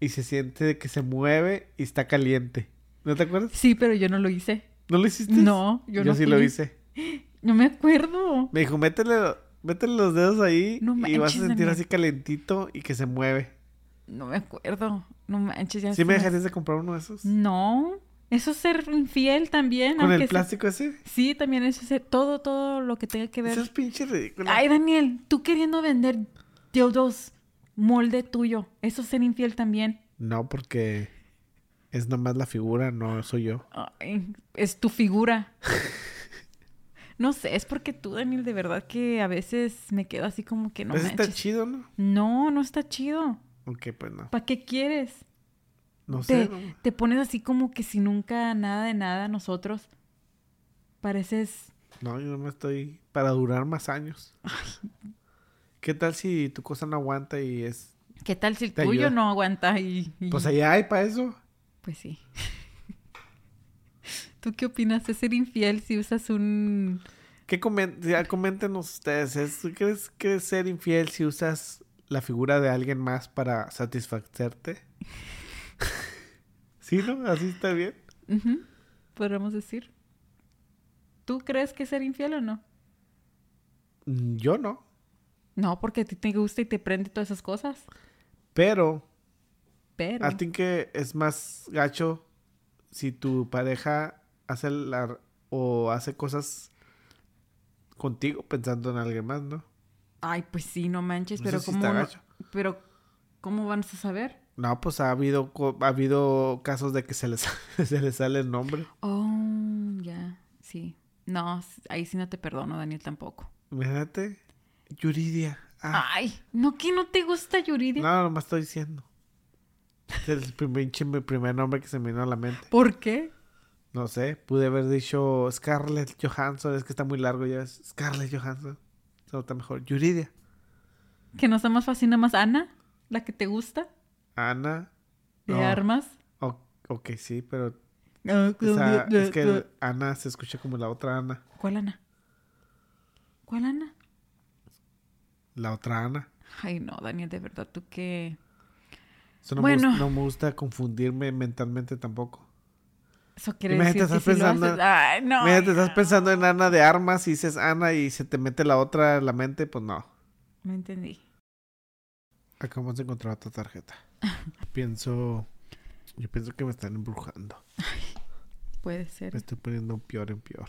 Speaker 1: Y se siente que se mueve y está caliente. ¿No te acuerdas?
Speaker 2: Sí, pero yo no lo hice.
Speaker 1: ¿No lo hiciste?
Speaker 2: No,
Speaker 1: yo,
Speaker 2: yo, no
Speaker 1: sí lo
Speaker 2: fui.
Speaker 1: hice.
Speaker 2: No me acuerdo.
Speaker 1: Me dijo, "Métele métele los dedos ahí
Speaker 2: No
Speaker 1: y vas a
Speaker 2: manches,
Speaker 1: sentir
Speaker 2: Daniel.
Speaker 1: así calentito y que se mueve."
Speaker 2: No me acuerdo. No manches, ya
Speaker 1: ¿Sí me
Speaker 2: se
Speaker 1: dejarías de comprar uno de esos?
Speaker 2: No, eso es ser infiel también.
Speaker 1: Con
Speaker 2: aunque
Speaker 1: el
Speaker 2: sea-
Speaker 1: plástico ese.
Speaker 2: Sí, también eso es ser- todo, todo lo que tenga que ver.
Speaker 1: Eso es pinche ridículo.
Speaker 2: Ay, Daniel, tú queriendo vender dildos molde tuyo, eso es ser infiel también.
Speaker 1: No, porque es nomás la figura, no soy yo.
Speaker 2: Ay, es tu figura. No sé, es porque tú, Daniel, de verdad que a veces me quedo así como que no
Speaker 1: Eso Pues está
Speaker 2: manches.
Speaker 1: chido, ¿no?
Speaker 2: No, no está chido.
Speaker 1: Ok, pues no.
Speaker 2: ¿Para qué quieres?
Speaker 1: No
Speaker 2: te,
Speaker 1: sé. ¿no?
Speaker 2: te pones así como que si nunca nada de nada nosotros. Pareces
Speaker 1: No, yo me estoy para durar más años. ¿Qué tal si tu cosa no aguanta y es...
Speaker 2: ¿Qué tal si el
Speaker 1: Te
Speaker 2: tuyo
Speaker 1: ayuda.
Speaker 2: no aguanta y, y-
Speaker 1: Pues allá hay para eso.
Speaker 2: pues sí. ¿Tú qué opinas? ¿Es ser infiel si usas un
Speaker 1: ¿Qué comen- ya, coméntenos ustedes? ¿Es, tú ¿Crees que es ser infiel si usas la figura de alguien más para satisfacerte? ¿Sí, no? ¿Así está bien?
Speaker 2: Ujú, podríamos decir? ¿Tú crees que es ser infiel o no?
Speaker 1: Mm, Yo no.
Speaker 2: No, porque a ti te gusta y te prende todas esas cosas.
Speaker 1: Pero
Speaker 2: Pero
Speaker 1: I think que es más gacho si tu pareja hace la, o hace cosas contigo pensando en alguien más, ¿no?
Speaker 2: ay, pues sí, no manches,
Speaker 1: Eso
Speaker 2: pero
Speaker 1: sí
Speaker 2: cómo
Speaker 1: está
Speaker 2: no-
Speaker 1: gacho.
Speaker 2: pero cómo van a saber?
Speaker 1: No, pues ha habido co- ha habido casos de que se les se les sale el nombre.
Speaker 2: Oh, ya, sí. No, s- ahí sí no te perdono, Daniel, tampoco.
Speaker 1: Imagínate, Yuridia. Ah,
Speaker 2: Ay, no que no te gusta Yuridia.
Speaker 1: no, nomás estoy diciendo. Es el primer, pinche- mi primer nombre que se me vino a la mente.
Speaker 2: ¿Por qué?
Speaker 1: No sé, pude haber dicho Scarlett Johansson, es que está muy largo ya. es Scarlett Johansson. Eso está mejor. Yuridia.
Speaker 2: Que nos da más fascina más Ana, la que te gusta,
Speaker 1: Ana.
Speaker 2: de
Speaker 1: No.
Speaker 2: armas.
Speaker 1: O- ok, sí, pero o sea, es que el-
Speaker 2: ¿Cuál
Speaker 1: Ana se escucha como la otra Ana.
Speaker 2: Ana? ¿Cuál Ana?
Speaker 1: La otra Ana.
Speaker 2: Ay, no, Daniel, de verdad, tú que...
Speaker 1: Eso no, me,
Speaker 2: Bueno.
Speaker 1: gus- no me gusta confundirme mentalmente tampoco.
Speaker 2: Eso quiere
Speaker 1: Imagínate,
Speaker 2: decir que
Speaker 1: estás
Speaker 2: si lo
Speaker 1: pensando-
Speaker 2: haces- Ay, no.
Speaker 1: Mira, te
Speaker 2: ya
Speaker 1: estás
Speaker 2: no.
Speaker 1: pensando en Ana de armas y dices Ana y se te mete la otra en la mente, pues no.
Speaker 2: No entendí.
Speaker 1: Acabamos de encontrar otra tarjeta. Pienso, yo pienso que me están embrujando.
Speaker 2: Puede ser.
Speaker 1: Me estoy poniendo peor en peor.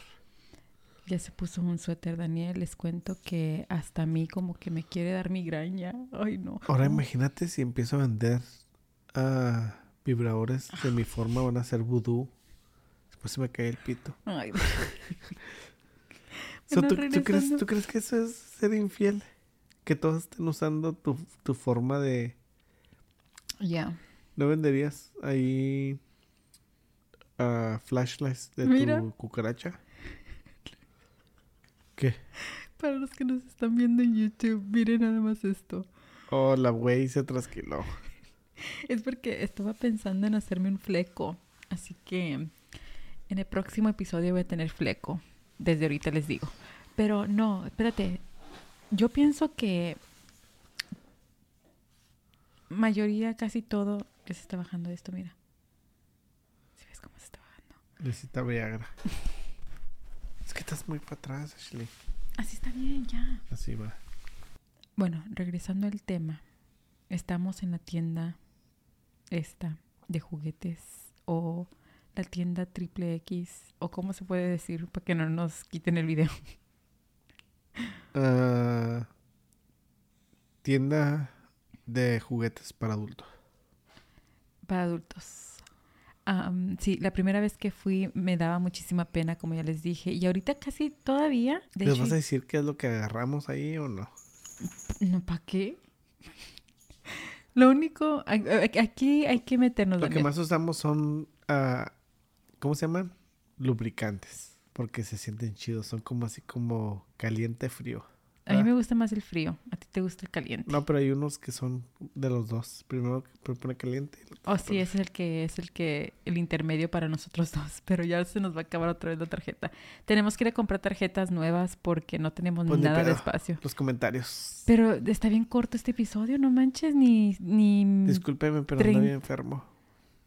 Speaker 2: Ya se puso un suéter, Daniel. Les cuento que hasta a mí como que me quiere dar migraña. Ay, no.
Speaker 1: Ahora imagínate si empiezo a vender ah, vibradores de mi forma, van a ser vudú. Después se me cae el pito.
Speaker 2: Ay,
Speaker 1: So, ¿tú,
Speaker 2: Bueno,
Speaker 1: tú crees,
Speaker 2: regresando.
Speaker 1: ¿Tú crees que eso es ser infiel? Que todos estén usando tu, tu forma de...
Speaker 2: ya.
Speaker 1: ¿No venderías ahí ah, flashlights de
Speaker 2: Mira.
Speaker 1: tu cucaracha? ¿Qué?
Speaker 2: Para los que nos están viendo en YouTube, miren nada más esto.
Speaker 1: Oh, la güey se trasquiló.
Speaker 2: Es porque estaba pensando en hacerme un fleco. Así que en el próximo episodio voy a tener fleco. Desde ahorita les digo. Pero no, espérate. Yo pienso que mayoría, casi todo, que se está bajando esto, mira. ¿Sí ves cómo se está bajando?
Speaker 1: Necesita Viagra. es que estás muy para atrás, Ashley.
Speaker 2: Así está bien, ya.
Speaker 1: Así va.
Speaker 2: Bueno, regresando al tema, estamos en la tienda esta de juguetes o la tienda triple X o cómo se puede decir para que no nos quiten el video.
Speaker 1: Ah, tienda de juguetes para adultos.
Speaker 2: Para adultos. Am, sí, la primera vez que fui me daba muchísima pena, como ya les dije, y ahorita casi todavía. De
Speaker 1: ¿Les
Speaker 2: hecho,
Speaker 1: vas a decir qué es lo que agarramos ahí o no?
Speaker 2: No, ¿para qué? Lo único, a- a- aquí hay que meternos.
Speaker 1: Lo que
Speaker 2: Daniel.
Speaker 1: más usamos son, ah, ¿cómo se llaman? Lubricantes. Porque se sienten chidos. Son como así como caliente frío.
Speaker 2: A mí
Speaker 1: ah.
Speaker 2: me gusta más el frío, a ti te gusta el caliente.
Speaker 1: No, pero hay unos que son de los dos. Primero que propone caliente. y
Speaker 2: Oh, sí, ese es el que es el que el intermedio para nosotros dos, pero ya se nos va a acabar otra vez la tarjeta. Tenemos que ir a comprar tarjetas nuevas porque no tenemos
Speaker 1: Pues ni
Speaker 2: nada de
Speaker 1: pedo.
Speaker 2: espacio.
Speaker 1: Los comentarios.
Speaker 2: Pero está bien corto este episodio, no manches ni ni
Speaker 1: Discúlpeme, pero ando
Speaker 2: Trein-
Speaker 1: bien enfermo.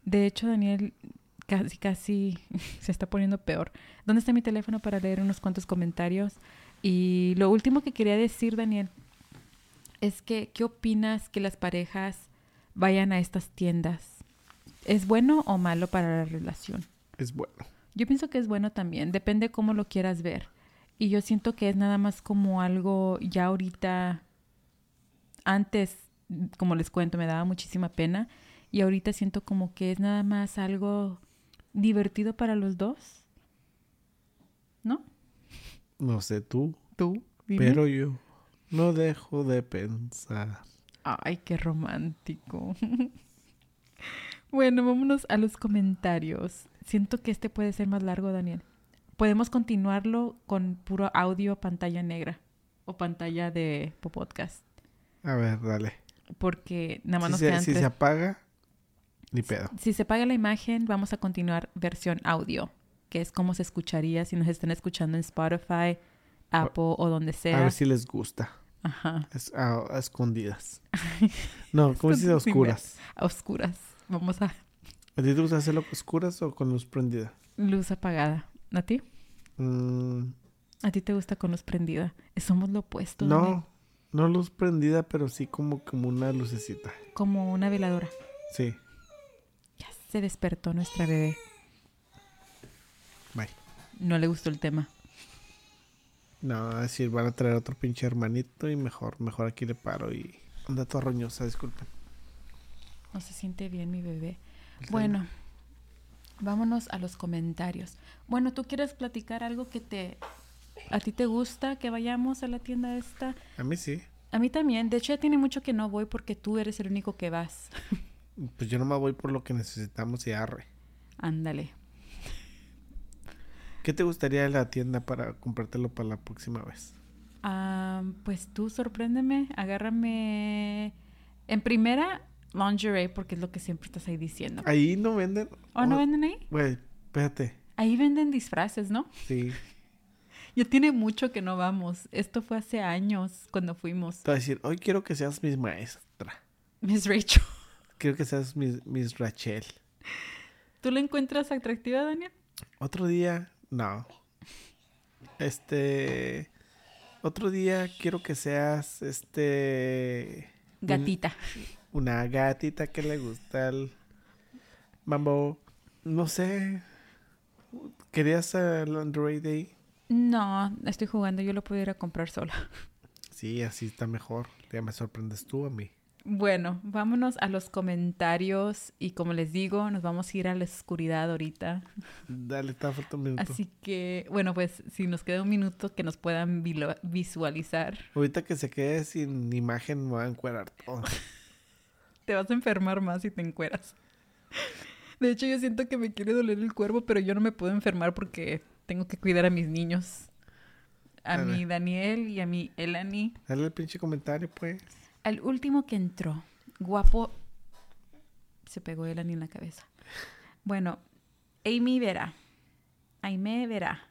Speaker 2: De hecho, Daniel casi casi se está poniendo peor. ¿Dónde está mi teléfono para leer unos cuantos comentarios? Y lo último que quería decir, Daniel, es que ¿qué opinas que las parejas vayan a estas tiendas? ¿Es bueno o malo para la relación?
Speaker 1: Es bueno.
Speaker 2: Yo pienso que es bueno también, depende cómo lo quieras ver. Y yo siento que es nada más como algo ya ahorita, antes, como les cuento, me daba muchísima pena y ahorita siento como que es nada más algo divertido para los dos. ¿No?
Speaker 1: No sé tú,
Speaker 2: Tú.
Speaker 1: pero yo no dejo de pensar.
Speaker 2: Ay, qué romántico. bueno, vámonos a los comentarios. Siento que este puede ser más largo, Daniel. Podemos continuarlo con puro audio, pantalla negra o pantalla de po- podcast,
Speaker 1: A ver, dale.
Speaker 2: porque nada más
Speaker 1: Si
Speaker 2: nos
Speaker 1: se,
Speaker 2: quedan
Speaker 1: si
Speaker 2: tres-
Speaker 1: se apaga, ni pedo.
Speaker 2: Si se apaga la imagen, vamos a continuar versión audio, que es como se escucharía si nos están escuchando en Spotify, Apple o donde
Speaker 1: Ah, A
Speaker 2: sea.
Speaker 1: ver si les gusta.
Speaker 2: Ajá.
Speaker 1: Es- a, a escondidas. No, ¿cómo se dice
Speaker 2: Escondidas.
Speaker 1: oscuras?
Speaker 2: A oscuras. Vamos a
Speaker 1: ¿A ti te gusta hacerlo con oscuras o con luz prendida?
Speaker 2: luz apagada. ¿A ti?
Speaker 1: Mm,
Speaker 2: ¿A ti te gusta con luz prendida? Somos lo opuesto. Daniel.
Speaker 1: no, no luz prendida, pero sí como, como una lucecita.
Speaker 2: Como una veladora.
Speaker 1: Sí,
Speaker 2: Ya se despertó nuestra bebé.
Speaker 1: bye.
Speaker 2: No le gustó el tema.
Speaker 1: No, es decir, van a traer otro pinche hermanito y mejor, mejor aquí le paro y anda toda roñosa, disculpen.
Speaker 2: No se siente bien mi bebé.
Speaker 1: Está
Speaker 2: Bueno, vámonos a los comentarios. Bueno, ¿tú quieres platicar algo que te... ¿A ti te gusta que vayamos a la tienda esta?
Speaker 1: A mí sí.
Speaker 2: A mí también. De hecho, ya tiene mucho que no voy porque tú eres el único que vas.
Speaker 1: Pues yo nomás voy por lo que necesitamos y arre.
Speaker 2: Ándale.
Speaker 1: ¿Qué te gustaría de la tienda para comprártelo para la próxima vez?
Speaker 2: Ah, pues tú sorpréndeme, agárrame. En primera, lingerie, porque es lo que siempre estás ahí diciendo.
Speaker 1: Ahí no venden. Oh,
Speaker 2: ¿O no venden ahí?
Speaker 1: Güey, espérate.
Speaker 2: Ahí venden disfraces, ¿no?
Speaker 1: Sí.
Speaker 2: Ya tiene mucho que no vamos. Esto fue hace años cuando fuimos.
Speaker 1: Te voy a decir, hoy quiero que seas mi maestra.
Speaker 2: Miss Rachel.
Speaker 1: Quiero que seas mi, Miss Rachel.
Speaker 2: ¿Tú la encuentras atractiva, Daniel?
Speaker 1: Otro día, no. Este. Otro día quiero que seas este. un-
Speaker 2: Gatita.
Speaker 1: Una gatita que le gusta el mambo. No sé. ¿Querías el Android Day?
Speaker 2: No, estoy jugando. Yo lo puedo ir a comprar sola.
Speaker 1: Sí, así está mejor. Ya me sorprendes tú a mí.
Speaker 2: Bueno, vámonos a los comentarios. Y como les digo, nos vamos a ir a la oscuridad ahorita.
Speaker 1: Dale, está falta un minuto.
Speaker 2: Así que, bueno, pues si nos queda un minuto que nos puedan vilo- visualizar.
Speaker 1: Ahorita que se quede sin imagen me voy a encuerar todo.
Speaker 2: Te vas a enfermar más si te encueras. De hecho, yo siento que me quiere doler el cuervo, pero yo no me puedo enfermar porque tengo que cuidar a mis niños. A
Speaker 1: Dale.
Speaker 2: mi Daniel y a mi Elani.
Speaker 1: Dale el pinche comentario, pues.
Speaker 2: Al último que entró, guapo Se pegó Elani en la cabeza. Bueno, Amy Vera. Aime Vera.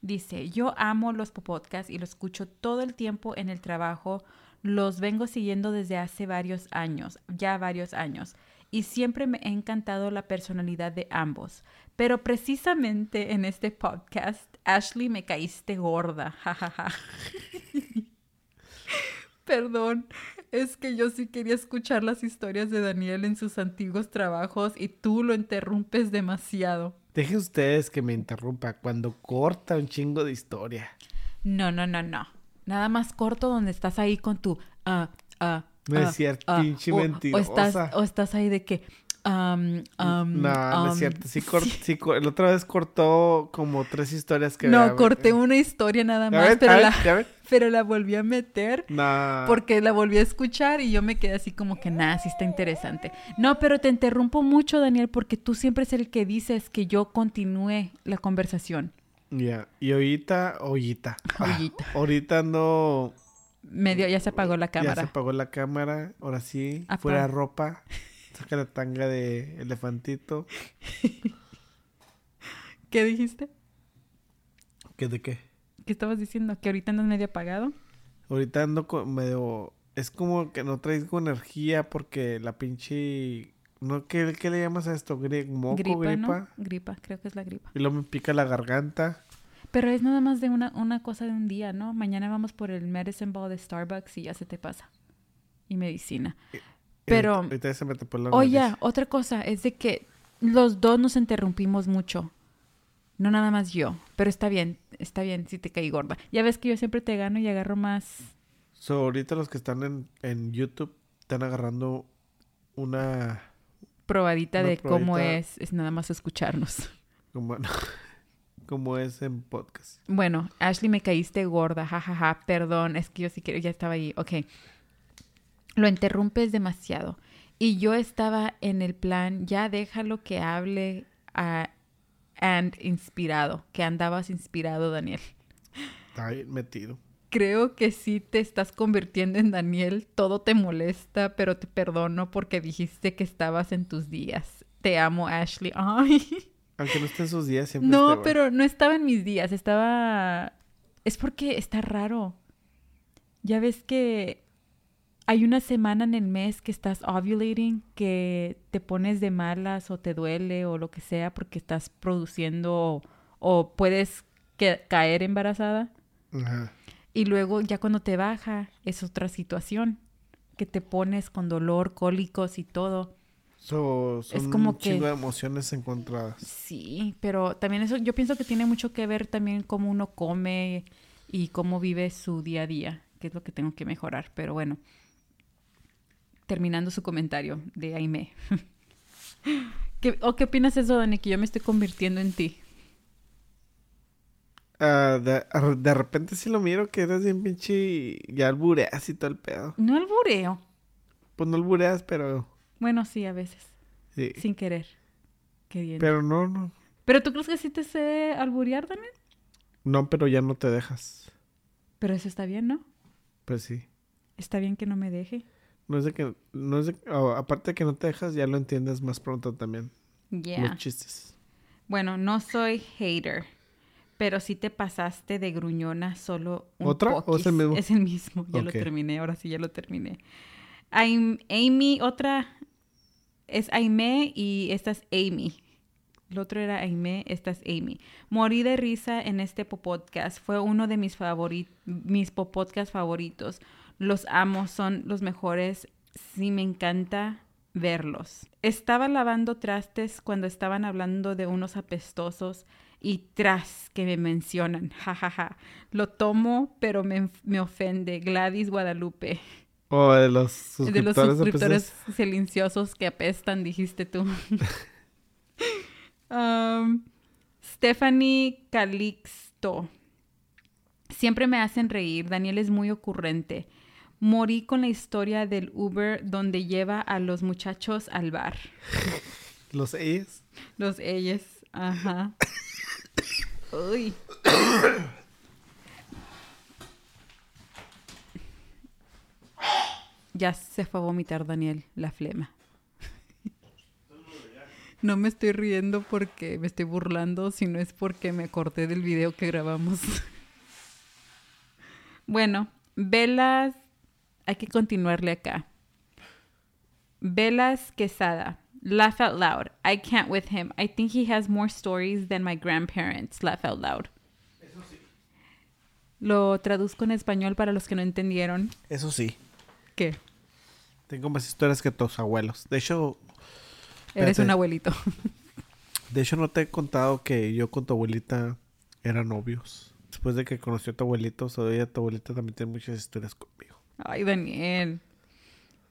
Speaker 2: Dice, yo amo los podcasts y los escucho todo el tiempo en el trabajo. Los vengo siguiendo desde hace varios años, ya varios años. Y siempre me ha encantado la personalidad de ambos. Pero precisamente en este podcast, Ashley, me caíste gorda. jajaja. Perdón, es que yo sí quería escuchar las historias de Daniel en sus antiguos trabajos y tú lo interrumpes demasiado.
Speaker 1: Dejen ustedes que me interrumpa cuando corta un chingo de historia.
Speaker 2: No, no, no, no. Nada más corto donde estás ahí con tu... ah, ah,
Speaker 1: No es
Speaker 2: ah,
Speaker 1: cierto,
Speaker 2: ah,
Speaker 1: pinche
Speaker 2: o- O
Speaker 1: mentirosa.
Speaker 2: estás, o estás ahí de que... am, am,
Speaker 1: no, no
Speaker 2: am,
Speaker 1: es cierto. Sí, cor- sí cor- la otra vez cortó como tres historias que...
Speaker 2: No, corté una historia nada
Speaker 1: ¿Ya
Speaker 2: más,
Speaker 1: ven?
Speaker 2: pero,
Speaker 1: ¿Ya ven?
Speaker 2: la,
Speaker 1: ¿Ya ven?
Speaker 2: pero la volví a meter
Speaker 1: No.
Speaker 2: porque la volví a escuchar y yo me quedé así como que nada, sí está interesante. No, pero te interrumpo mucho, Daniel, porque tú siempre es el que dices que yo continúe la conversación.
Speaker 1: Ya, Y ahorita, ahorita. Ah,
Speaker 2: Ahorita.
Speaker 1: ahorita ando...
Speaker 2: Medio, ya se apagó la
Speaker 1: Ya se
Speaker 2: cámara.
Speaker 1: apagó la cámara. Ahora sí.
Speaker 2: Apa.
Speaker 1: Fuera ropa. Saca la tanga de elefantito.
Speaker 2: ¿Qué dijiste?
Speaker 1: ¿Qué de qué?
Speaker 2: ¿Qué estabas diciendo? ¿Que ahorita andas medio apagado?
Speaker 1: Ahorita ando co- medio... Es como que no traigo energía porque la pinche... No, ¿qué, qué le llamas a esto? ¿Gri- ¿Moco?
Speaker 2: gripa,
Speaker 1: ¿Gripa?
Speaker 2: ¿no? Gripa, creo que es la gripa.
Speaker 1: Y luego me pica la garganta.
Speaker 2: Pero es nada más de una, una cosa de un día, ¿no? Mañana vamos por el medicine ball de Starbucks y ya se te pasa. Y medicina.
Speaker 1: Y
Speaker 2: Pero- oh,
Speaker 1: ahorita- ahorita se me tapó la
Speaker 2: Oye,
Speaker 1: nariz.
Speaker 2: otra cosa es de que los dos nos interrumpimos mucho. No nada más yo, pero está bien, está bien si te caí gorda. Ya ves que yo siempre te gano y agarro más.
Speaker 1: So, ahorita los que están en, en YouTube están agarrando una...
Speaker 2: probadita
Speaker 1: Una
Speaker 2: de cómo
Speaker 1: probadita.
Speaker 2: es, es nada más escucharnos.
Speaker 1: Como, como es en podcast.
Speaker 2: Bueno, Ashley, me caíste gorda, jajaja, perdón, es que yo sí quiero, ya estaba ahí, ok. Lo interrumpes demasiado. Y yo estaba en el plan, ya déjalo que hable ah, and inspirado, que andabas inspirado, Daniel.
Speaker 1: Está bien metido.
Speaker 2: Creo que sí te estás convirtiendo en Daniel, todo te molesta, pero te perdono porque dijiste que estabas en tus días. Te amo, Ashley. Ay.
Speaker 1: Aunque no esté en sus días, siempre
Speaker 2: No,
Speaker 1: está bueno.
Speaker 2: pero no estaba en mis días, estaba... Es porque está raro. Ya ves que hay una semana en el mes que estás ovulating, que te pones de malas o te duele o lo que sea porque estás produciendo o, o puedes que- caer embarazada.
Speaker 1: Ajá.
Speaker 2: Y luego ya cuando te baja es otra situación, que te pones con dolor, cólicos y todo.
Speaker 1: So, son
Speaker 2: como
Speaker 1: un chingo
Speaker 2: que-
Speaker 1: de emociones encontradas.
Speaker 2: Sí, pero también eso, yo pienso que tiene mucho que ver también cómo uno come y cómo vive su día a día, que es lo que tengo que mejorar. Pero bueno, terminando su comentario de Aime. ¿Qué, ¿O qué opinas eso, Dani? Que yo me estoy convirtiendo en ti.
Speaker 1: Ah, de, ar- de repente sí lo miro que eres bien pinche... Ya albureas y todo el pedo.
Speaker 2: No albureo.
Speaker 1: Pues no albureas, pero...
Speaker 2: Bueno, sí, a veces,
Speaker 1: Sí.
Speaker 2: sin querer. Queriendo. Eh, Pero,
Speaker 1: Pero no, no.
Speaker 2: tú crees que sí te sé alburear, Dani?
Speaker 1: No, pero ya no te dejas.
Speaker 2: Pero eso está bien, ¿no?
Speaker 1: Pues sí.
Speaker 2: Está bien que no me deje.
Speaker 1: No es de que... No es de- oh, aparte de que no te dejas, ya lo entiendes más pronto también.
Speaker 2: Yeah.
Speaker 1: Los chistes.
Speaker 2: Bueno, no soy hater, pero sí te pasaste de gruñona solo un
Speaker 1: ¿Otra? ¿O es el
Speaker 2: poquis.
Speaker 1: mismo?
Speaker 2: Es el mismo, ya
Speaker 1: Ok.
Speaker 2: lo terminé, ahora sí ya lo terminé. Aim- Amy, otra es Aime y esta es Amy. El otro era Aime, esta es Amy. Morí de risa en este po- podcast. Fue uno de mis, favori- mis po- podcast favoritos. Los amo, son los mejores. Sí, me encanta verlos. Estaba lavando trastes cuando estaban hablando de unos apestosos y tras que me mencionan. Ja, ja, ja. Lo tomo, pero me, me ofende. Gladys Guadalupe.
Speaker 1: O de pues, los
Speaker 2: De los
Speaker 1: suscriptores.
Speaker 2: suscriptores
Speaker 1: apestosos.
Speaker 2: silenciosos que apestan, dijiste tú. Um, Stephanie Calixto. Siempre me hacen reír. Daniel es muy ocurrente. Morí con la historia del Uber donde lleva a los muchachos al bar.
Speaker 1: Los ellos.
Speaker 2: Los ellos. Ajá. Uy. Ya se fue a vomitar Daniel la flema. No me estoy riendo porque me estoy burlando, sino es porque me corté del video que grabamos. bueno, velas. Hay que continuarle acá. Velas Quesada. Laugh out loud. I can't with him. I think he has more stories than my grandparents. Laugh out loud. Lo traduzco en español para los que no entendieron.
Speaker 1: Eso sí.
Speaker 2: ¿Qué?
Speaker 1: Tengo más historias que tus abuelos. De hecho,
Speaker 2: Eres
Speaker 1: Espérate.
Speaker 2: un abuelito.
Speaker 1: de hecho no te he contado que yo con tu abuelita eran novios. Después de que conoció a tu abuelito, o sea, ella, tu abuelita también tiene muchas historias conmigo.
Speaker 2: Ay, Daniel.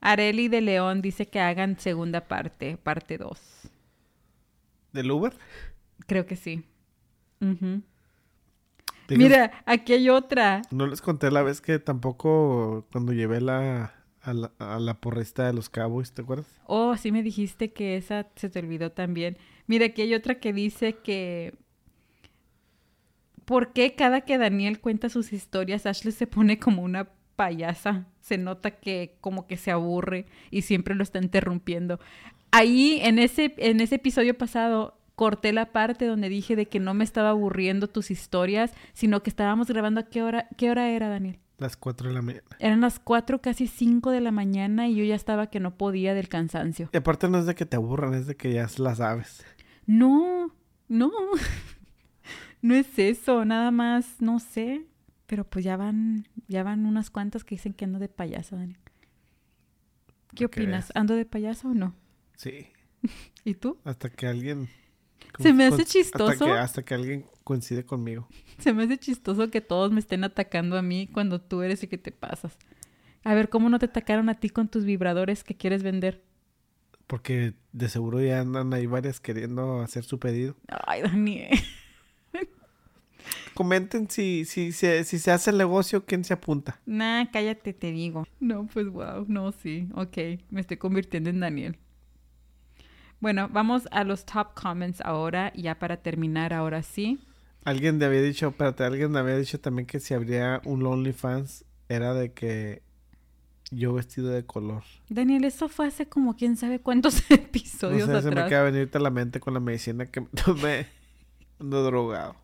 Speaker 2: Areli de León dice que hagan segunda parte, parte 2.
Speaker 1: ¿Del Uber?
Speaker 2: Creo que sí. Ujú.
Speaker 1: Digan-
Speaker 2: Mira, aquí hay otra.
Speaker 1: No les conté la vez que tampoco cuando llevé la, a, la, a la porrista de los Cowboys, ¿te acuerdas?
Speaker 2: Oh, sí me dijiste que esa se te olvidó también. Mira, aquí hay otra que dice que... ¿Por qué cada que Daniel cuenta sus historias, Ashley se pone como una payasa? Se nota que como que se aburre y siempre lo está interrumpiendo. Ahí, en ese, en ese episodio pasado, corté la parte donde dije de que no me estaba aburriendo tus historias, sino que estábamos grabando a qué hora, ¿qué hora era, Daniel?
Speaker 1: Las 4 de la mañana.
Speaker 2: Eran las 4, casi 5 de la mañana y yo ya estaba que no podía del cansancio.
Speaker 1: Y aparte no es de que te aburran, es de que ya la sabes.
Speaker 2: No, no. No es eso, nada más, no sé. Pero pues ya van, ya van unas cuantas que dicen que ando de payaso, Daniel. ¿Qué
Speaker 1: Para que
Speaker 2: opinas? ¿Ando de payaso o no?
Speaker 1: Sí.
Speaker 2: ¿Y tú?
Speaker 1: Hasta que alguien...
Speaker 2: Se me hace
Speaker 1: con- Hasta
Speaker 2: chistoso.
Speaker 1: que, hasta que alguien coincide conmigo.
Speaker 2: Se me hace chistoso que todos me estén atacando a mí cuando tú eres el que te pasas. A ver, ¿cómo no te atacaron a ti con tus vibradores que quieres vender?
Speaker 1: Porque de seguro ya andan ahí varias queriendo hacer su pedido.
Speaker 2: Ay, eh. Daniel.
Speaker 1: Comenten si, si, se- si se hace el negocio, quién se apunta.
Speaker 2: Nah, cállate, te digo. No, pues wow, no, sí. Ok, me estoy convirtiendo en Daniel. Bueno, vamos a los top comments ahora, ya para terminar, ahora sí.
Speaker 1: Alguien te había dicho, espérate, alguien había dicho también que si habría un OnlyFans era de que yo vestido de color.
Speaker 2: Daniel, eso fue hace como quién sabe cuántos
Speaker 1: No sé,
Speaker 2: episodios
Speaker 1: se me
Speaker 2: atrás.
Speaker 1: queda venirte a la mente con la medicina que me tomé. Ando drogado.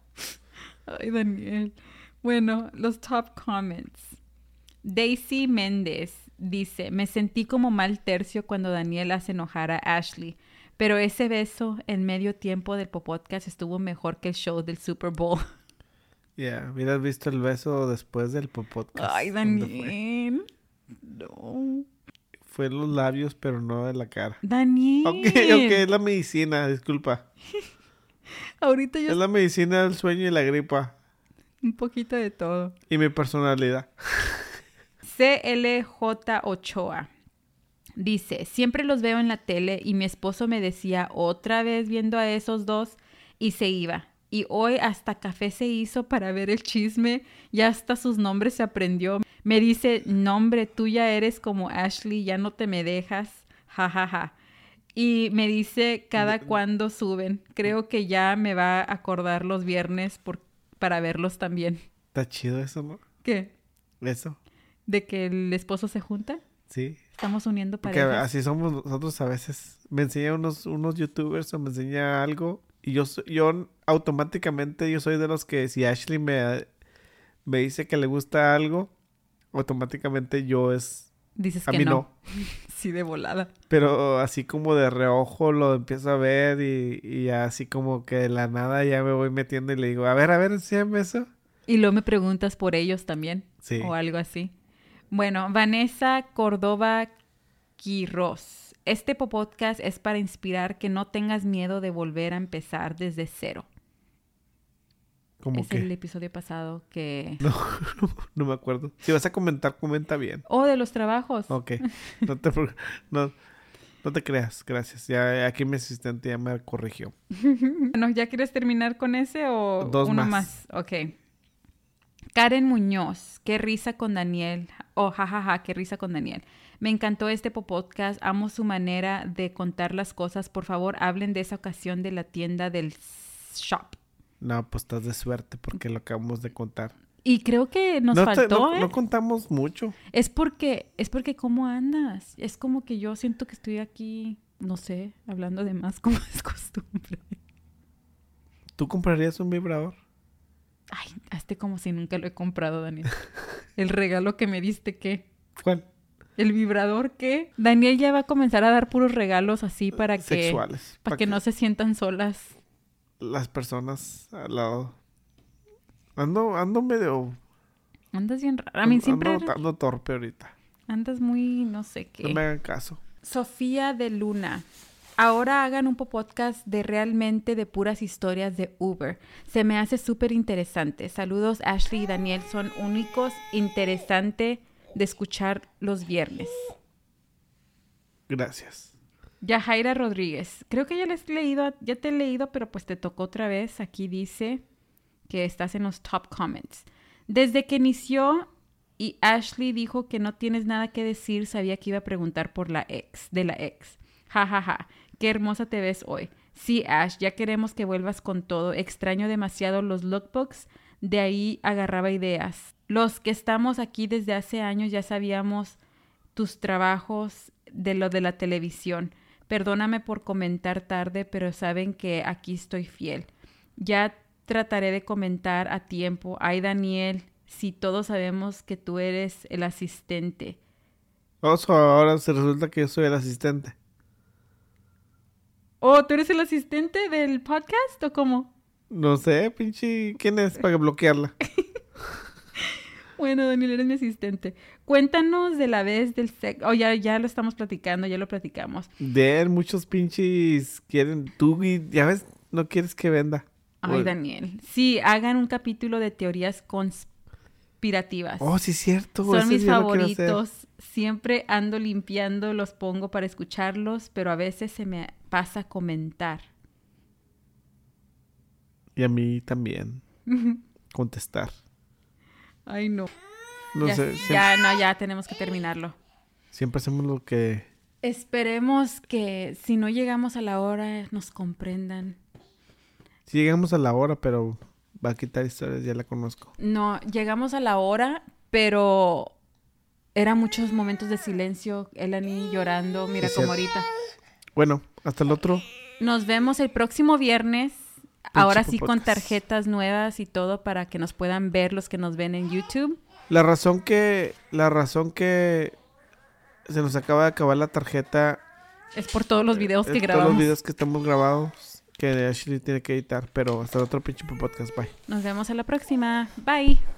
Speaker 2: Ay, Daniel. Bueno, los top comments. Daisy Méndez dice, me sentí como mal tercio cuando Daniel hace enojar a Ashley, pero ese beso en medio tiempo del podcast estuvo mejor que el show del Super Bowl.
Speaker 1: Ya, hubieras visto el beso después del po- podcast.
Speaker 2: Ay,
Speaker 1: ¿Dónde
Speaker 2: Daniel. No.
Speaker 1: Fue? Fue en los labios, pero no de la cara.
Speaker 2: Daniel.
Speaker 1: Ok, ok, es la medicina, disculpa.
Speaker 2: Ahorita yo
Speaker 1: Es la medicina del sueño y la gripa.
Speaker 2: un poquito de todo.
Speaker 1: Y mi personalidad.
Speaker 2: CLJ Ochoa. Dice, siempre los veo en la tele y mi esposo me decía otra vez viendo a esos dos y se iba. Y hoy hasta café se hizo para ver el chisme y hasta sus nombres se aprendió. Me dice, nombre, tú ya eres como Ashley, ya no te me dejas. Ja, ja, ja. Y me dice cada cuando suben. Creo que ya me va a acordar los viernes por- para verlos también.
Speaker 1: Está chido eso, ¿no?
Speaker 2: ¿Qué?
Speaker 1: Eso,
Speaker 2: ¿De que el esposo se junta?
Speaker 1: sí.
Speaker 2: Estamos uniendo
Speaker 1: Porque
Speaker 2: parejas.
Speaker 1: así somos nosotros a veces. Me enseña unos, unos youtubers o me enseña algo. Y yo, so- yo automáticamente, yo soy de los que si Ashley me, me dice que le gusta algo, automáticamente yo es...
Speaker 2: Dices
Speaker 1: A
Speaker 2: que
Speaker 1: mí
Speaker 2: no.
Speaker 1: no.
Speaker 2: Sí, de volada.
Speaker 1: Pero así como de reojo lo empiezo a ver y, y ya así como que de la nada ya me voy metiendo y le digo, a ver, a ver, enséñame eso.
Speaker 2: Y luego me preguntas por ellos también.
Speaker 1: Sí.
Speaker 2: O algo así. Bueno, Vanessa Córdoba Quirós. Este po- podcast es para inspirar que no tengas miedo de volver a empezar desde cero.
Speaker 1: Como
Speaker 2: es
Speaker 1: que...
Speaker 2: el episodio pasado que...
Speaker 1: No, no me acuerdo. Si vas a comentar, comenta bien.
Speaker 2: Oh, de los trabajos.
Speaker 1: Ok. No te, preocu- no, no te creas, gracias. Ya aquí mi asistente ya me corrigió.
Speaker 2: Bueno, ¿ya quieres terminar con ese o
Speaker 1: Dos
Speaker 2: uno
Speaker 1: más.
Speaker 2: más? Ok. Karen Muñoz, qué risa con Daniel. Oh, jajaja, qué risa con Daniel. Me encantó este po- podcast, amo su manera de contar las cosas. Por favor, hablen de esa ocasión de la tienda del shop.
Speaker 1: No, pues estás de suerte porque lo acabamos de contar.
Speaker 2: Y creo que nos
Speaker 1: no, te-
Speaker 2: faltó,
Speaker 1: no-
Speaker 2: ¿eh?
Speaker 1: no contamos mucho.
Speaker 2: Es porque, es porque cómo andas. Es como que yo siento que estoy aquí No sé, hablando de más como es costumbre.
Speaker 1: ¿Tú comprarías un vibrador?
Speaker 2: Ay, hazte como si nunca lo he comprado, Daniel. El regalo que me diste, ¿qué?
Speaker 1: ¿Cuál?
Speaker 2: ¿El vibrador qué? Daniel ya va a comenzar a dar puros regalos así para que...
Speaker 1: Sexuales.
Speaker 2: Para que, no se sientan solas.
Speaker 1: Las personas al lado. Ando, ando medio.
Speaker 2: Andas bien rara. A mí
Speaker 1: ando-
Speaker 2: siempre
Speaker 1: Ando, ando torpe ahorita.
Speaker 2: andas muy no sé qué.
Speaker 1: No me hagan caso.
Speaker 2: Sofía de Luna. Ahora hagan un po- podcast de realmente de puras historias de Uber. Se me hace súper interesante. Saludos Ashley y Daniel. Son únicos, interesante de escuchar los viernes.
Speaker 1: Gracias.
Speaker 2: Yajaira Rodríguez. Creo que ya les he leído, ya te he leído, pero pues te tocó otra vez. Aquí dice que estás en los top comments. Desde que inició y Ashley dijo que no tienes nada que decir, sabía que iba a preguntar por la ex, de la ex. Ja, ja, ja. Qué hermosa te ves hoy. Sí, Ash, ya queremos que vuelvas con todo. Extraño demasiado los lookbooks. De ahí agarraba ideas. Los que estamos aquí desde hace años ya sabíamos tus trabajos de lo de la televisión. Perdóname por comentar tarde, pero saben que aquí estoy fiel. Ya trataré de comentar a tiempo. Ay, Daniel, si todos sabemos que tú eres el asistente.
Speaker 1: Oso, ahora se resulta que yo soy el asistente.
Speaker 2: Oh, ¿tú eres el asistente del podcast o cómo?
Speaker 1: No sé, pinche. ¿Quién es para bloquearla?
Speaker 2: Bueno, Daniel, eres mi asistente. Cuéntanos de la vez del sexo. Oh, ya, ya lo estamos platicando, ya lo platicamos.
Speaker 1: De él, muchos pinches quieren. Tú, y ya ves, no quieres que venda.
Speaker 2: Ay,
Speaker 1: Oye.
Speaker 2: Daniel. Sí, hagan un capítulo de teorías conspirativas.
Speaker 1: Oh, sí, es cierto.
Speaker 2: Son
Speaker 1: ese
Speaker 2: mis
Speaker 1: yo lo quiero hacer.
Speaker 2: favoritos. Siempre ando limpiando, los pongo para escucharlos, pero a veces se me pasa comentar.
Speaker 1: Y a mí también. Contestar.
Speaker 2: Ay, no.
Speaker 1: No
Speaker 2: ya,
Speaker 1: sé. siem- Siempre,
Speaker 2: ya, no, ya tenemos que terminarlo.
Speaker 1: hacemos lo que.
Speaker 2: Esperemos que si no llegamos a la hora nos comprendan.
Speaker 1: Si llegamos a la hora, pero va a quitar historias, ya la conozco.
Speaker 2: No, llegamos a la hora, pero eran muchos momentos de silencio. Elani llorando, mira
Speaker 1: Es
Speaker 2: como
Speaker 1: cierto.
Speaker 2: ahorita.
Speaker 1: Bueno, hasta el otro.
Speaker 2: Nos vemos el próximo viernes. Ahora sí con
Speaker 1: podcast.
Speaker 2: tarjetas nuevas y todo para que nos puedan ver los que nos ven en YouTube.
Speaker 1: La razón que. La razón que. Se nos acaba de acabar la tarjeta.
Speaker 2: Es por todos los videos
Speaker 1: eh,
Speaker 2: que
Speaker 1: Todos
Speaker 2: grabamos.
Speaker 1: los videos que estamos grabados. Que Ashley tiene que editar. Pero hasta el otro pinche podcast. Bye.
Speaker 2: Nos vemos a la próxima. Bye.